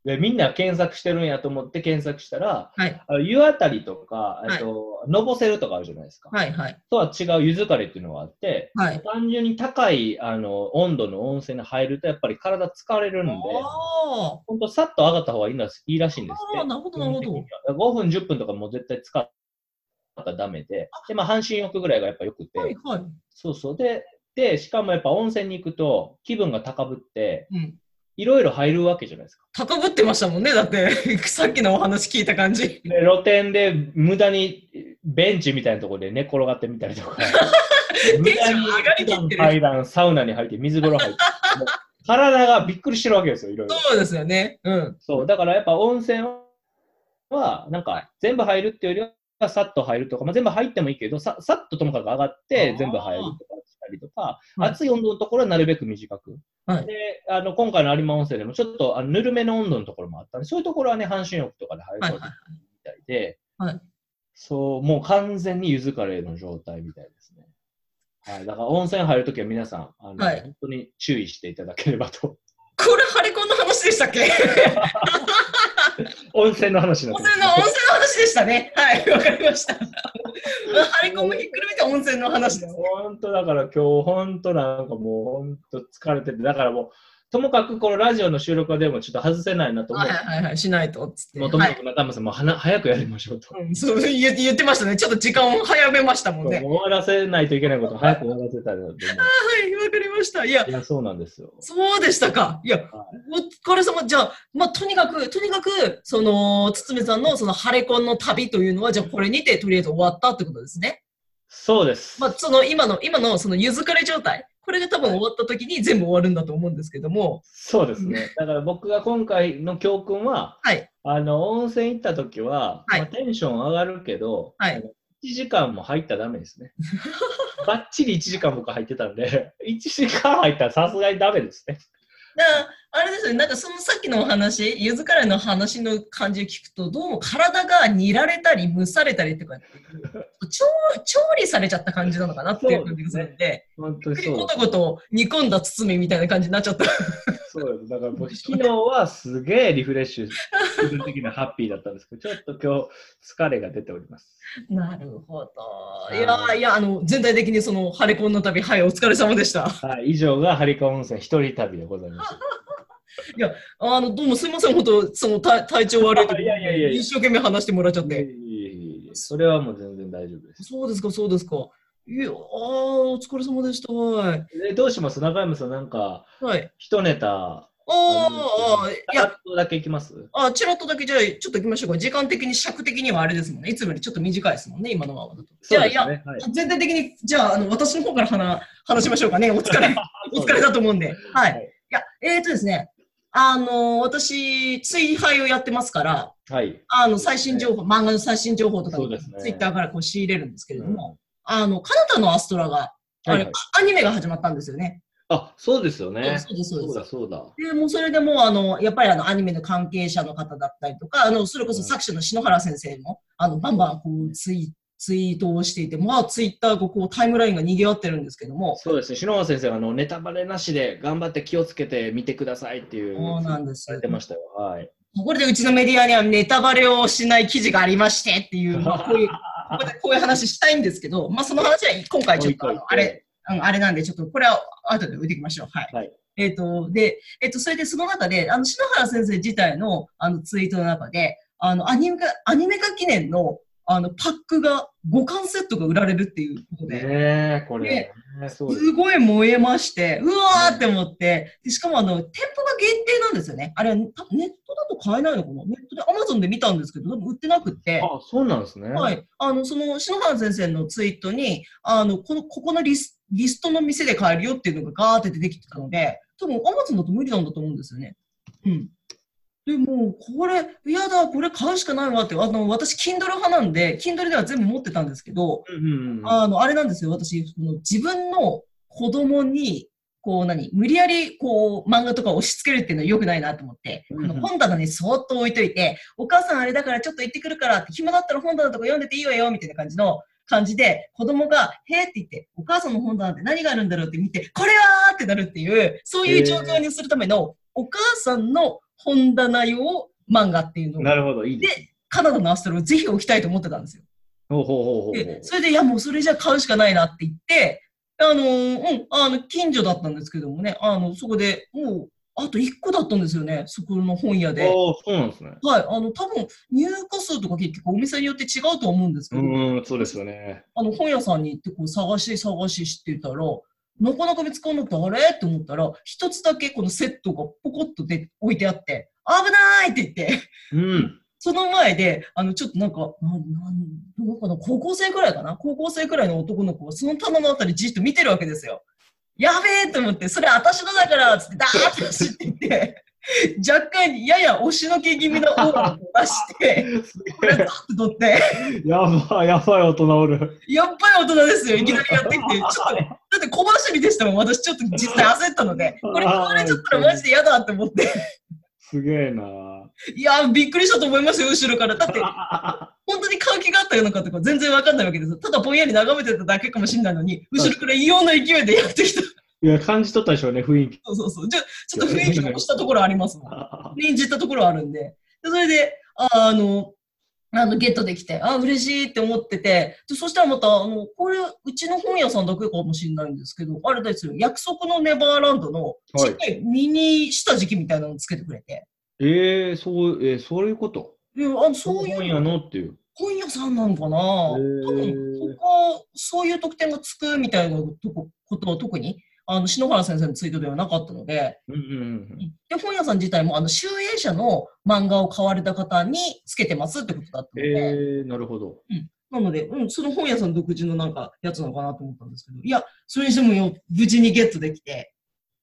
Speaker 2: で、みんな検索してるんやと思って検索したら、
Speaker 1: はい。
Speaker 2: あの湯あたりとか、
Speaker 1: い
Speaker 2: えっと、のぼせるとかあるじゃないですか。
Speaker 1: はいはい。
Speaker 2: とは違う湯疲れっていうのがあって、
Speaker 1: はい。
Speaker 2: 単純に高いあの温度の温泉に入るとやっぱり体疲れるんで、
Speaker 1: ああ。
Speaker 2: 本当さっと上がった方がいいんだいいらしいんです
Speaker 1: ああ、
Speaker 2: って。
Speaker 1: なるほど、なるほ
Speaker 2: 基本
Speaker 1: ど
Speaker 2: 的。には5分、10分とかもう絶対使ったらダメで、でまあ、半身浴ぐらいがやっぱよくて、
Speaker 1: はいはい。
Speaker 2: そうそうで、で、しかもやっぱ温泉に行くと気分が高ぶって、
Speaker 1: うん。
Speaker 2: いろいろ入るわけじゃないですか。
Speaker 1: 高ぶってましたもんね。だって、 さっきのお話聞いた感じ。
Speaker 2: で、露店で無駄にベンチみたいなところで寝転がってみたりとか、
Speaker 1: テンション
Speaker 2: 無駄に
Speaker 1: 上がりきってる
Speaker 2: 階段、サウナに入って、水風呂入って、もう体がびっくりしてるわけですよ、いろいろ。
Speaker 1: そうですよね。うん。
Speaker 2: そう、だからやっぱ温泉は、なんか全部入るっていうよりは、さっと入るとか、まあ、全部入ってもいいけど、ささっとともかく上がっ
Speaker 1: あ
Speaker 2: て
Speaker 1: ー、
Speaker 2: 全部入るとかしたりとか、
Speaker 1: はい
Speaker 2: 熱い温度のところはなるべく短く。
Speaker 1: はい
Speaker 2: であの、今回の有馬温泉でも、ちょっとあのぬるめの温度のところもあったんで、そういうところはね、半身浴とかで入る
Speaker 1: はい
Speaker 2: と
Speaker 1: はいは
Speaker 2: み
Speaker 1: い。
Speaker 2: たいで、
Speaker 1: はい
Speaker 2: そう、もう完全にゆずカレーの状態みたいですね。はい、だから温泉入るときは皆さんあの、
Speaker 1: はい
Speaker 2: 本当に注意していただければと。
Speaker 1: これ、ハレコンの話でしたっけ温
Speaker 2: 温泉の話になってま
Speaker 1: 泉
Speaker 2: す
Speaker 1: の、温泉の話でしたね。はい、わかりま した。ハレコンもひっくるめて温泉の話です。
Speaker 2: 本当だから今日本当なんかもう本当疲れててだからもうともかくこのラジオの収録はでもちょっと外せないなと思
Speaker 1: は
Speaker 2: う
Speaker 1: い。はいはい、しないと、つって。
Speaker 2: もうとも
Speaker 1: はい
Speaker 2: かく中村さんもはな早くやりましょうと。
Speaker 1: うん、そう言言ってましたね。ちょっと時間を早めましたも
Speaker 2: も
Speaker 1: ん
Speaker 2: う
Speaker 1: ね。
Speaker 2: 終わらせないといけないことを早く終わらせたいなと思う
Speaker 1: はい、わかりました。いや
Speaker 2: い、やそうなんですよ。
Speaker 1: そうでしたか。いや、お疲れ様。じゃあ、まあ、とにかく、とにかく、その、堤さんの、その、ハレコンの旅というのは、じゃあ、これにて、とりあえず終わったってことですね。
Speaker 2: そうです。
Speaker 1: まあ、その、今の、今の、その、ゆずかれ状態。これが多分終わった時に全部終わるんだと思うんですけども。
Speaker 2: そうですね。だから僕が今回の教訓は、
Speaker 1: はい
Speaker 2: あの温泉行った時は、
Speaker 1: はい
Speaker 2: まあテンション上がるけど、
Speaker 1: はい
Speaker 2: あの1時間も入ったらダメです ね。ばっちり1時間僕入ってたんで、1時 間入ったらさすがにダメですね。
Speaker 1: だから、あれですよね、なんかそのさっきのお話、ゆずかれの話の感じを聞くと、どうも体が煮られたり、蒸されたりとか、調調理されちゃった感じなのかなっていう感じがするんで、
Speaker 2: 本当
Speaker 1: ゆっく
Speaker 2: にそ
Speaker 1: り
Speaker 2: う
Speaker 1: ごと
Speaker 2: です
Speaker 1: ごと煮込んだ包みみたいな感じになっちゃった。
Speaker 2: そうです。だからもう昨日はすげえリフレッシュ、自分的にはハッピーだったんですけど、ちょっと今日疲れが出ております。
Speaker 1: なるほど。い
Speaker 2: は
Speaker 1: や
Speaker 2: い
Speaker 1: いや、あの、全体的にその、ハレコンの旅、はい、お疲れ様でした。
Speaker 2: はい、以上がハリカ温泉一人旅でございました。
Speaker 1: あの、どうもすいません、本当その、体体調悪いとき
Speaker 2: いやいやいやいや
Speaker 1: 一生懸命話してもらっちゃっ
Speaker 2: いえい
Speaker 1: て。
Speaker 2: えいえいえそれはもう全然大丈夫です。
Speaker 1: そうですか、そうですか。いや、あーお疲れ様でした。はい。
Speaker 2: えどうします中山さん、なんか、
Speaker 1: はい。
Speaker 2: 一ネタ、
Speaker 1: あー、い
Speaker 2: や
Speaker 1: や、
Speaker 2: っとだけいきます
Speaker 1: あ、ちらっとだけ、じゃあ、ちょっと行きましょうか。時間的に尺的にはあれですもんね。いつもよりちょっと短いですもんね、今のままだと。じゃあ、いや
Speaker 2: そう、ですねはい
Speaker 1: 全体的に、じゃあ、あの私の方から話話しましょうかね。お 疲れ、お疲れだと思うんで。は
Speaker 2: はい
Speaker 1: い。いや、えっ、ー、とですね、あの私、追廃をやってますから、
Speaker 2: はい。
Speaker 1: あの、最新情報、漫画の最新情報とか、
Speaker 2: そうですね
Speaker 1: ツイッターからこう仕入れるんですけれど
Speaker 2: うん
Speaker 1: も、あの、カナダのアストラが、あれ、
Speaker 2: はいはい
Speaker 1: アニメが始まったんですよね。
Speaker 2: あ、そうですよね。
Speaker 1: そうです、そう
Speaker 2: そう
Speaker 1: です。
Speaker 2: だ、そうだ。
Speaker 1: でもうそれでもうあのやっぱりあのアニメの関係者の方だったりとかあのそれこそ作者の篠原先生もあのバンバンこうツイツイートをしていて、まあ、ツイッターがこうタイムラインが賑わってるんですけども
Speaker 2: そうですね。篠原先生があのネタバレなしで頑張って気をつけて見てくださいっていう。
Speaker 1: そうなんです
Speaker 2: されてましたよ。はい。
Speaker 1: これでうちのメディアにはネタバレをしない記事がありましてっていう、まあこういうここでこういう話したいんですけど、まあ、その話は今回ちょっとあのあれうんあれなんで、ちょっとこれは後で置いていきましょう。はい。
Speaker 2: はい
Speaker 1: えっ、と、で、えっ、と、それでその中で、あの、篠原先生自体の、あの、ツイートの中で、あの、アニメ化、アニメ化記念の、あの、パックが、5巻セットが売られるっていうことで、
Speaker 2: ねえ、これ。ねそうです
Speaker 1: すごい燃えまして、うわーって思って、でしかもあの、店舗が限定なんですよね。あれは多分ネットだと買えないのかなネットで、アマゾンで見たんですけど、多分売ってなくって。
Speaker 2: あ、そうなんですね。
Speaker 1: はい、あのその篠原先生のツイートにあのこのここのリスリストの店で買えるよっていうのがガーって出てきてたので多分アマゾンだと無理なんだと思うんですよね。うん、でもうこれやだこれ買うしかないわってあの私 Kindle 派なんで Kindle では全部持ってたんですけど
Speaker 2: うんうんうん。
Speaker 1: あのあれなんですよ私その自分の子供にこう何無理やりこう漫画とか押し付けるっていうのは良くないなと思って、
Speaker 2: うんうん
Speaker 1: あの本棚にそーっと置いといて、お母さんあれだからちょっと行ってくるからって、暇だったら本棚とか読んでていいわよみたいな感じの感じで、子供が、へーって言って、お母さんの本棚って何があるんだろうって見て、これはーってなるっていう、そういう状況にするための、お母さんの本棚用漫画っていうのを、
Speaker 2: なるほど、いいです。
Speaker 1: カナダのアストロをぜひ置きたいと思ってたんですよ。
Speaker 2: ほうほうほうほうほう。
Speaker 1: で、それで、いや、もうそれじゃ買うしかないなって言って、あのーうん、あの、近所だったんですけどもね、あの、そこでもう、あと1個だったんですよね、そこの本屋で。
Speaker 2: ああ、そうなんですね。
Speaker 1: はい、あの、多分入荷数とか結局お店によって違うとは思うんですけ
Speaker 2: う
Speaker 1: ど、
Speaker 2: んうん、そうですよね。
Speaker 1: あの、本屋さんに行ってこう探し探ししてたら、なかなか見つかんなくて、あれって思ったら、一つだけこのセットがポコッとで置いてあって、危ないって言って、
Speaker 2: うん。
Speaker 1: その前で、あの、ちょっとなんか、なん、なん、どうかな、高校生くらいかな高校生くらいの男の子がその棚のあたりじっと見てるわけですよ。やべえと思って、それ私のだからつって、ダーッと走っていって、若干、やや押しのけ気味のオーラを出して、
Speaker 2: す
Speaker 1: これ、パッと取って、
Speaker 2: げえやばい、やばい大人おる。
Speaker 1: やっぱり大人ですよ、いきなりやってきて、ちょっと、だって小走りでしたもん、私ちょっと実際焦ったので、これ取られちゃったらマジで嫌だって思って、
Speaker 2: すげえな。
Speaker 1: いやー、びっくりしたと思いますよ、後ろから。だって、本当に関係があったのかとか全然わかんないわけですよ。ただぼんやり眺めてただけかもしれないのに、後ろから異様な勢いでやってきた。
Speaker 2: いや、感じ取ったでしょうね、雰囲気。
Speaker 1: そうそうそう。ちょちょっと雰囲気をしたところありますもん。臨じったところあるんで。でそれで、ああの、あのゲットできて、あ嬉しいって思ってて、でそしたらまた、あの、これ、うちの本屋さんだけかもしれないんですけど、あれですよ、約束のネバーランドの、
Speaker 2: い
Speaker 1: ちっちゃいミニ下敷きみたいなのつけてくれて、
Speaker 2: ええそう、えーそういうこと。
Speaker 1: いやあそういう
Speaker 2: 本やのっていう。
Speaker 1: 本屋さんなのかな、多分そこそういう特典がつくみたいなとこことは特にあの篠原先生のツイートではなかったので
Speaker 2: うんうん
Speaker 1: で本屋さん自体もあの集英社の漫画を買われた方につけてますってことだった
Speaker 2: うん。
Speaker 1: ので、
Speaker 2: ええなるほど。
Speaker 1: なので、うん、その本屋さん独自のなんかやつなのかなと思ったんですけどいやそれにしてもよ無事にゲットできて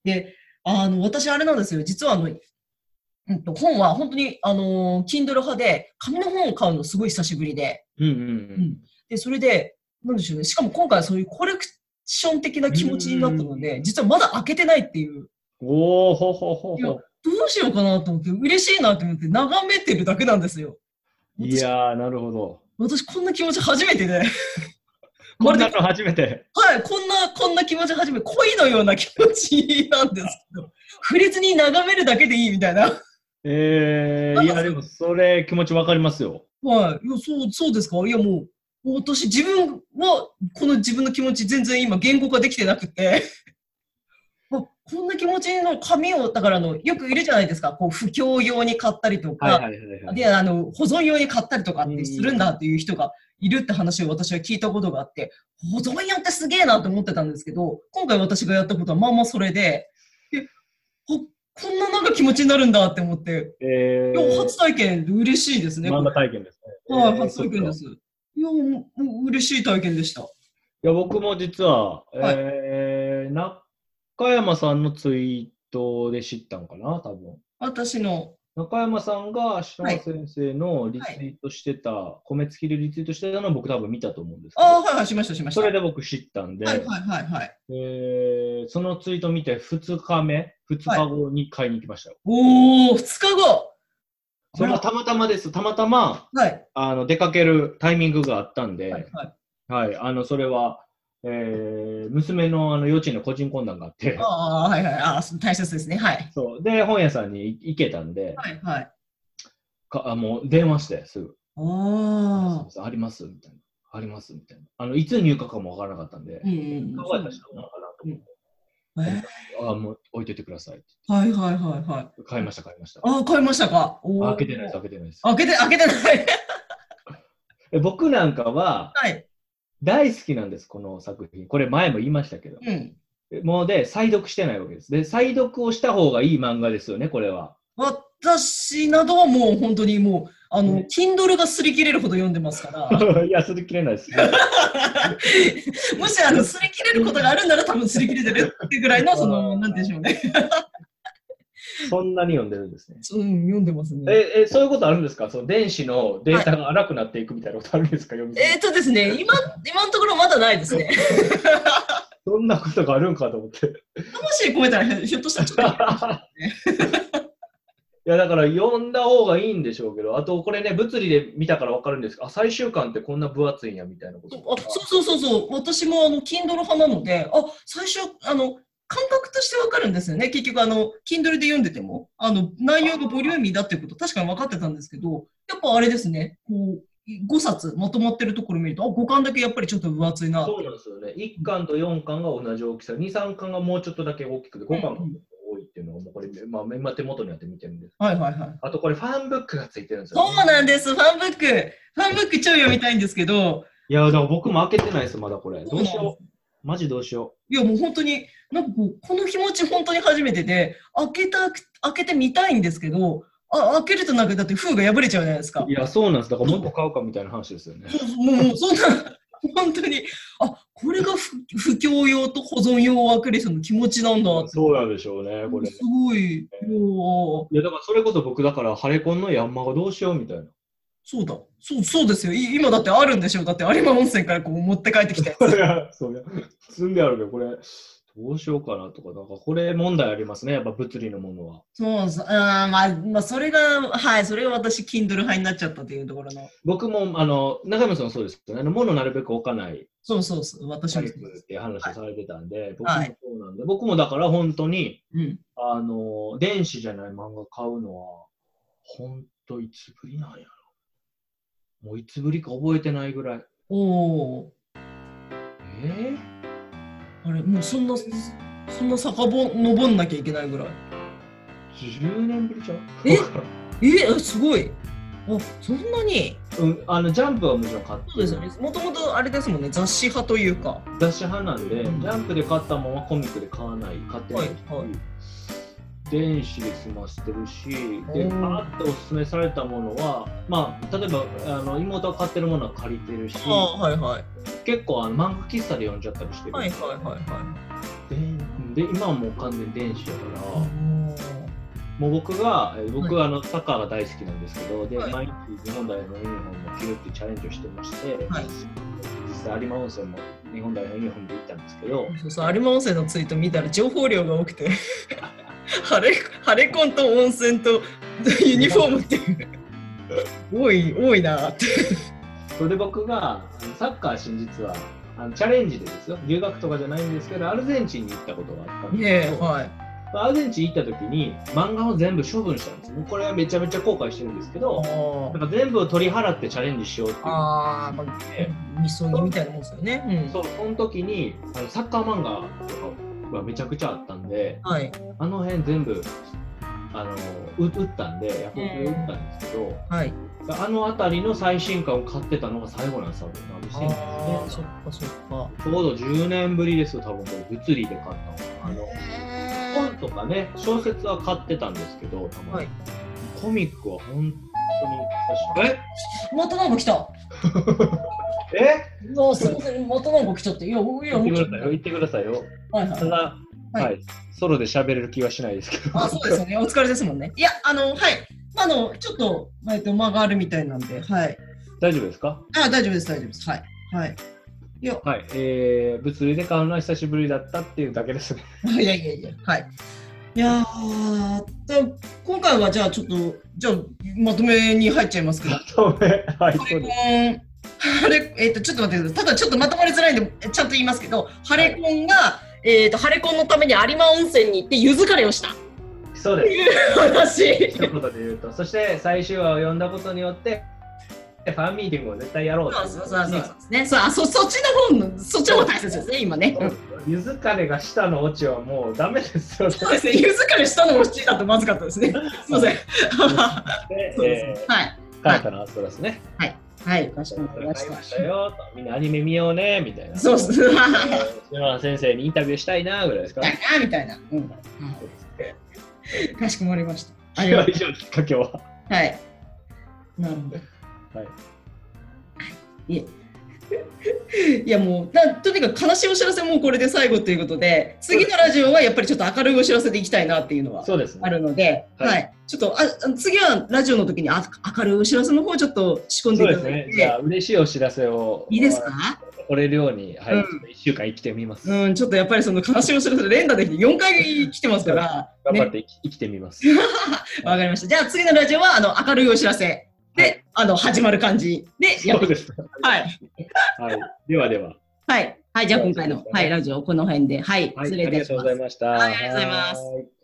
Speaker 1: であの私あれなんですよ実はあの、うん、と本は本当にあの Kindle 派で紙の本を買うのすごい久しぶりで。
Speaker 2: うん
Speaker 1: うんで、それで、なんでしょうね。しかも今回はそういうコレクション的な気持ちになったの
Speaker 2: う
Speaker 1: で、実はまだ開けてないっていう、
Speaker 2: うん。おおほほほ
Speaker 1: いや
Speaker 2: ほ。
Speaker 1: どうしようかなと思って、嬉しいなと思って眺めてるだけなんですよ。
Speaker 2: いやー、なるほど。
Speaker 1: 私こんな気持ち初めてで、
Speaker 2: こ
Speaker 1: こ
Speaker 2: れ
Speaker 1: れで
Speaker 2: だと初めて。
Speaker 1: はい、こんな、こんな気持ち初め、恋のような気持ちなんですけど、触れずに眺めるだけでいいみたいな。
Speaker 2: ええいや、でも、それ、気持ちわかりますよ。
Speaker 1: はい、いやそう、そうですかいやもう、私自分は、この自分の気持ち全然今言語化できてなくて、 あこんな気持ちの紙を、だからあの、よくいるじゃないですか、こう、不況用に買ったりとか、
Speaker 2: はいはいはいはい。
Speaker 1: で、あの、保存用に買ったりとかっ
Speaker 2: うん
Speaker 1: てするんだっていう人がいるって話を私は聞いたことがあって、保存用ってすげえなと思ってたんですけど、今回私がやったことはまあまあそれで、え、ここんななんか気持ちになるんだって思って、
Speaker 2: え
Speaker 1: い
Speaker 2: ー
Speaker 1: や初体験で嬉しいですね。
Speaker 2: 漫画体験ですね。
Speaker 1: は
Speaker 2: え
Speaker 1: い、
Speaker 2: ー
Speaker 1: 初体験で。
Speaker 2: そっか
Speaker 1: す。いや、もうもう嬉しい体験でした。
Speaker 2: いや、僕も実
Speaker 1: は
Speaker 2: は、
Speaker 1: い
Speaker 2: えー、中山さんのツイートで知ったのかな、多分。
Speaker 1: 私の、
Speaker 2: 中山さんが篠原先生のリツイートしてた、米付きでリツイートしてたのを僕多分見たと思うんですけど、
Speaker 1: ああ、はいはい、しました、しました。
Speaker 2: そ
Speaker 1: は
Speaker 2: れ
Speaker 1: い
Speaker 2: で僕知ったんで、
Speaker 1: はいはいはい。
Speaker 2: えーそのツイート見て2日目、2日後に買いに行きましたよ。
Speaker 1: おお、二日後
Speaker 2: それもたまたまです。たまたま
Speaker 1: はい、
Speaker 2: あの出かけるタイミングがあったんで、
Speaker 1: は
Speaker 2: はい
Speaker 1: い、はい。
Speaker 2: あのそれは、えー娘のあの幼稚園の個人懇談があって、
Speaker 1: ああ、はいはい、ああ、そ大切ですね。はい。
Speaker 2: そうで本屋さんに行けたんで、
Speaker 1: はいはい。
Speaker 2: かあもう電話してすぐ。
Speaker 1: ああ。
Speaker 2: ありますみたいな。ありますみたいな。あの、いつ入荷かもわからなかったんで
Speaker 1: う、んうん。
Speaker 2: 考えた人なのかなと思って。
Speaker 1: え
Speaker 2: あもう置いといてくださいって
Speaker 1: ーはいはいはいはい。
Speaker 2: 言って。買いました、買いました。
Speaker 1: あー、買いましたか。おー
Speaker 2: あ開けてないです、開けてないです。
Speaker 1: 開けて、開けてない。
Speaker 2: え僕なんかは
Speaker 1: はい。
Speaker 2: 大好きなんです、この作品。これ前も言いましたけど。
Speaker 1: うん。
Speaker 2: もうで、再読してないわけです。で、再読をした方がいい漫画ですよね、こ れは。
Speaker 1: 私などはもう本当にもう、あの、
Speaker 2: ね
Speaker 1: Kindle が擦り切れるほど読んでますから、
Speaker 2: いや、それ切れないです。
Speaker 1: もしあの、擦り切れることがあるなら多分擦り切れてるってぐらいの、その、なんて言うんでしょうね。
Speaker 2: そんなに読んでるんですね。
Speaker 1: うん、読んでますね。
Speaker 2: え、え、そういうことあるんですかその電子のデータが荒くなっていくみたいなことあるんですか、読み
Speaker 1: えー、っとですね、今、今のところまだないですね。
Speaker 2: そんなことがあるんかと思って。
Speaker 1: 魂込めたらひょっとしたらちょっと
Speaker 2: いやだから読んだ方がいいんでしょうけど、あとこれね、物理で見たから分かるんですけど、あ最終巻ってこんな分厚いんやみたいなこと
Speaker 1: あそうそうそうそう、私もあの Kindle 派なので、あ最初あの感覚としてわかるんですよね。結局あの Kindle で読んでてもあの内容がボリューミーだっていうこと確かに分かってたんですけど、やっぱあれですね。こう5冊まとまってるところ見ると、あ5巻だけやっぱりちょっと分厚いな。
Speaker 2: そうなんですよね。1巻と4巻が同じ大きさ、2、3巻がもうちょっとだけ大きくて、5巻が多いっていうのが、もうこれ、まあ、今手元にあって見てるんです。
Speaker 1: はいはいはい。
Speaker 2: あとこれ、ファンブックがついてるんですよ、
Speaker 1: そうなんです。ファンブック、ファンブック超読みたいんですけど、
Speaker 2: いや、だから僕も開けてないです、まだこれ。
Speaker 1: そ
Speaker 2: ど
Speaker 1: うなんで
Speaker 2: うし
Speaker 1: す
Speaker 2: よう。マジどうしよ
Speaker 1: いやもう本当に、なんかこう、この日持ち本当に初めてで、開けた、開けてみたいんですけど、あ開けるとなんかだって封が破れちゃうじゃないですか
Speaker 2: う。い。や、そうなんです。だからもう一個買うかみたいな話ですよね。
Speaker 1: もう、もうそんな、本当に、あこれが不不況用と保存用アクリルの気持ちなんだって。
Speaker 2: そうなんでしょうね、これ。
Speaker 1: すごい。もう、
Speaker 2: いや、だからそれこそ僕、だから、ハレコンのヤンマがどうしようみたいな。
Speaker 1: そうだ。そう、そうですよ。い今だってあるんでしょ。だって有馬温泉からこう持って帰ってきたやつ。
Speaker 2: そりゃ、積んであるけど、これ、どうしようかなとか、なんか、これ問題ありますね、やっぱ物理のものは。
Speaker 1: そうなんです。あーまあ、まあ、それが、はい、それが私、Kindle 派になっちゃったというところの。
Speaker 2: 僕も、あの、中山さんもそうですよね、あの物なるべく置かない
Speaker 1: そうそうそう、私
Speaker 2: タ
Speaker 1: も
Speaker 2: イ
Speaker 1: そう
Speaker 2: プ
Speaker 1: です。
Speaker 2: っていう話をされてたんで、僕も
Speaker 1: はい
Speaker 2: そうなんで、僕もだから本当に、
Speaker 1: うん。
Speaker 2: あの、電子じゃない漫画買うのは、本当いつぶりなんやろ。もういつぶりか覚えてないぐらい。
Speaker 1: おお。
Speaker 2: えー
Speaker 1: あれ、もうそんな、そんな坂ぼ登んなきゃいけないぐらい。
Speaker 2: 10年ぶりちゃう
Speaker 1: ええー、すごい。あ、そんなに。
Speaker 2: うん、あのジャンプはもちろん買って
Speaker 1: そうですよね。もともとあれですもんね、雑誌派というか。
Speaker 2: 雑誌派なんで、ジャンプで買ったものはコミックで買わない、買ってないし、
Speaker 1: はいは
Speaker 2: 電子で済ませてるし、で、
Speaker 1: うん
Speaker 2: パーッとおすすめされたものは、まあ、例えばあの妹が買ってるものは借りてるし、
Speaker 1: はいはい。
Speaker 2: 結構あの漫画喫茶で読んじゃったりしてる、
Speaker 1: はいはいはいは
Speaker 2: でで今はもう完全に電子だから、
Speaker 1: い。
Speaker 2: もう僕が、えー僕
Speaker 1: は
Speaker 2: はあのサッカーが大好きなんですけど、で、
Speaker 1: はい
Speaker 2: 毎日日本代表のユニフォームを着るっていうチャレンジをしてまして、
Speaker 1: はい
Speaker 2: 実際有馬温泉も日本代表のユニフォームで行ったんですけど、
Speaker 1: そうそう有馬温泉のツイート見たら情報量が多くて晴れ晴れコンと温泉とユニフォームっていう多い多いなって
Speaker 2: それで僕があのサッカー真実はあのチャレンジでですよ留学とかじゃないんですけどアルゼンチンに行ったことがあったんですけど、
Speaker 1: はい
Speaker 2: まあアルゼンチン行った時に漫画を全部処分したんですもうこれはめちゃめちゃ後悔してるんですけどなんか全部を取り払ってチャレンジしようっていう
Speaker 1: ああまあ
Speaker 2: え
Speaker 1: 味噌煮みたいなもんですよねうん
Speaker 2: そうその時にあのサッカー漫画とかはめちゃくちゃあったんで
Speaker 1: はい
Speaker 2: あの辺全部あのう打ったんでヤフオクで打ったんですけど、
Speaker 1: はい
Speaker 2: あの辺りの最新刊を買ってたのが最後なんです多分2000年
Speaker 1: ああそっかそっか
Speaker 2: ちょうど10年ぶりですよ、多分もう物理で買ったのあの
Speaker 1: へ
Speaker 2: 本とかね、小説は買ってたんですけど、たまに
Speaker 1: はい
Speaker 2: コミックは本当に久し
Speaker 1: ーまたなんか来た
Speaker 2: ぶり。え
Speaker 1: あすいません、またなんか来ちゃって。いや、い
Speaker 2: え
Speaker 1: や、
Speaker 2: 言
Speaker 1: も
Speaker 2: って
Speaker 1: うち
Speaker 2: く
Speaker 1: ょ
Speaker 2: だ
Speaker 1: っ
Speaker 2: さ
Speaker 1: と
Speaker 2: いよ、言ってくださいよ。
Speaker 1: はいは
Speaker 2: た
Speaker 1: い。
Speaker 2: だ、
Speaker 1: はい
Speaker 2: はい、ソロで喋れる気はしないですけど。
Speaker 1: あ、そうですよね。お疲れですもんね。いや、あの、はい。まああの、ちょっと、えっと、間があるみたいなんで、はい。
Speaker 2: 大丈夫ですか
Speaker 1: あ、大丈夫です、大丈夫です。はい。はい。 いや、
Speaker 2: はい、えー、物理で買うのは久しぶりだったっていうだけですね。
Speaker 1: いやいやいや、はい。いやー、で今回はじゃあちょっと、じゃあまとめに入っちゃいますけど、う
Speaker 2: そうね、はい、そうです。
Speaker 1: ーん、ハレえっ、と、ちょっと待ってください。ただちょっとまとまりづらいんで、ちゃんと言いますけど、ハレコンが、えっ、と、ハレコンのために有馬温泉に行って、湯疲れをした。
Speaker 2: そうです。
Speaker 1: 話。
Speaker 2: 一言で言うと、そして最終話を読んだことによって、ってファンミーティングを絶対やろうってい
Speaker 1: そうそうそうそうですね。そうあそそっちの方のそっちの方大切ですね今ね。うん
Speaker 2: ゆずかねがしたのオチはもうダメですよね。
Speaker 1: そうですね。ゆずかれしたのもちだとまずかったですね。すいません。
Speaker 2: で
Speaker 1: そう
Speaker 2: え
Speaker 1: ですはい
Speaker 2: ーカートのアストラスね。
Speaker 1: はいかしこま
Speaker 2: 買
Speaker 1: り
Speaker 2: い
Speaker 1: ま
Speaker 2: ま
Speaker 1: し
Speaker 2: した
Speaker 1: た。
Speaker 2: よと。みんなアニメ見ようねみたいな。
Speaker 1: そうっす。はい。
Speaker 2: 篠原先生にインタビューしたいなぐらいですか。
Speaker 1: だなみたいな。うん。はい、かしこまりました。ありがと
Speaker 2: 以上きっかけは。
Speaker 1: う。はい。なるほど。
Speaker 2: はい。
Speaker 1: いえ。いやもうだとにかく悲しいお知らせもこれで最後ということで次のラジオはやっぱりちょっと明るいお知らせでいきたいなっていうのは
Speaker 2: そうです
Speaker 1: あ
Speaker 2: ね。
Speaker 1: るので、
Speaker 2: はい
Speaker 1: はい、ちょっとああの次はラジオの時にあ明るいお知らせの方をちょっと仕込んで
Speaker 2: そ
Speaker 1: いう
Speaker 2: で
Speaker 1: た
Speaker 2: す
Speaker 1: だい
Speaker 2: ね
Speaker 1: て、。
Speaker 2: じゃあ嬉しいお知らせを。
Speaker 1: いいですか、
Speaker 2: これるように、はい、
Speaker 1: うん
Speaker 2: ちょっと一週間生きてみます。
Speaker 1: うん、ちょっとやっぱりその悲しいお知らせ連打で4回来てますから、
Speaker 2: 頑張
Speaker 1: ね
Speaker 2: っ、て生き生きてみます。
Speaker 1: わかりましたじゃあ次のラジオはあの明るいお知らせで、
Speaker 2: はい
Speaker 1: あの始まる感じでや
Speaker 2: そ
Speaker 1: っていき
Speaker 2: うです。
Speaker 1: はい
Speaker 2: はい。ではでは。
Speaker 1: はい、はい、じゃあ今回の、はい、ラジオこの辺ではい、
Speaker 2: はい。
Speaker 1: 失礼
Speaker 2: あ
Speaker 1: い
Speaker 2: り
Speaker 1: た
Speaker 2: が
Speaker 1: し
Speaker 2: とう
Speaker 1: ま
Speaker 2: ご
Speaker 1: す
Speaker 2: ざい。ました。
Speaker 1: はいありがとうございます
Speaker 2: はい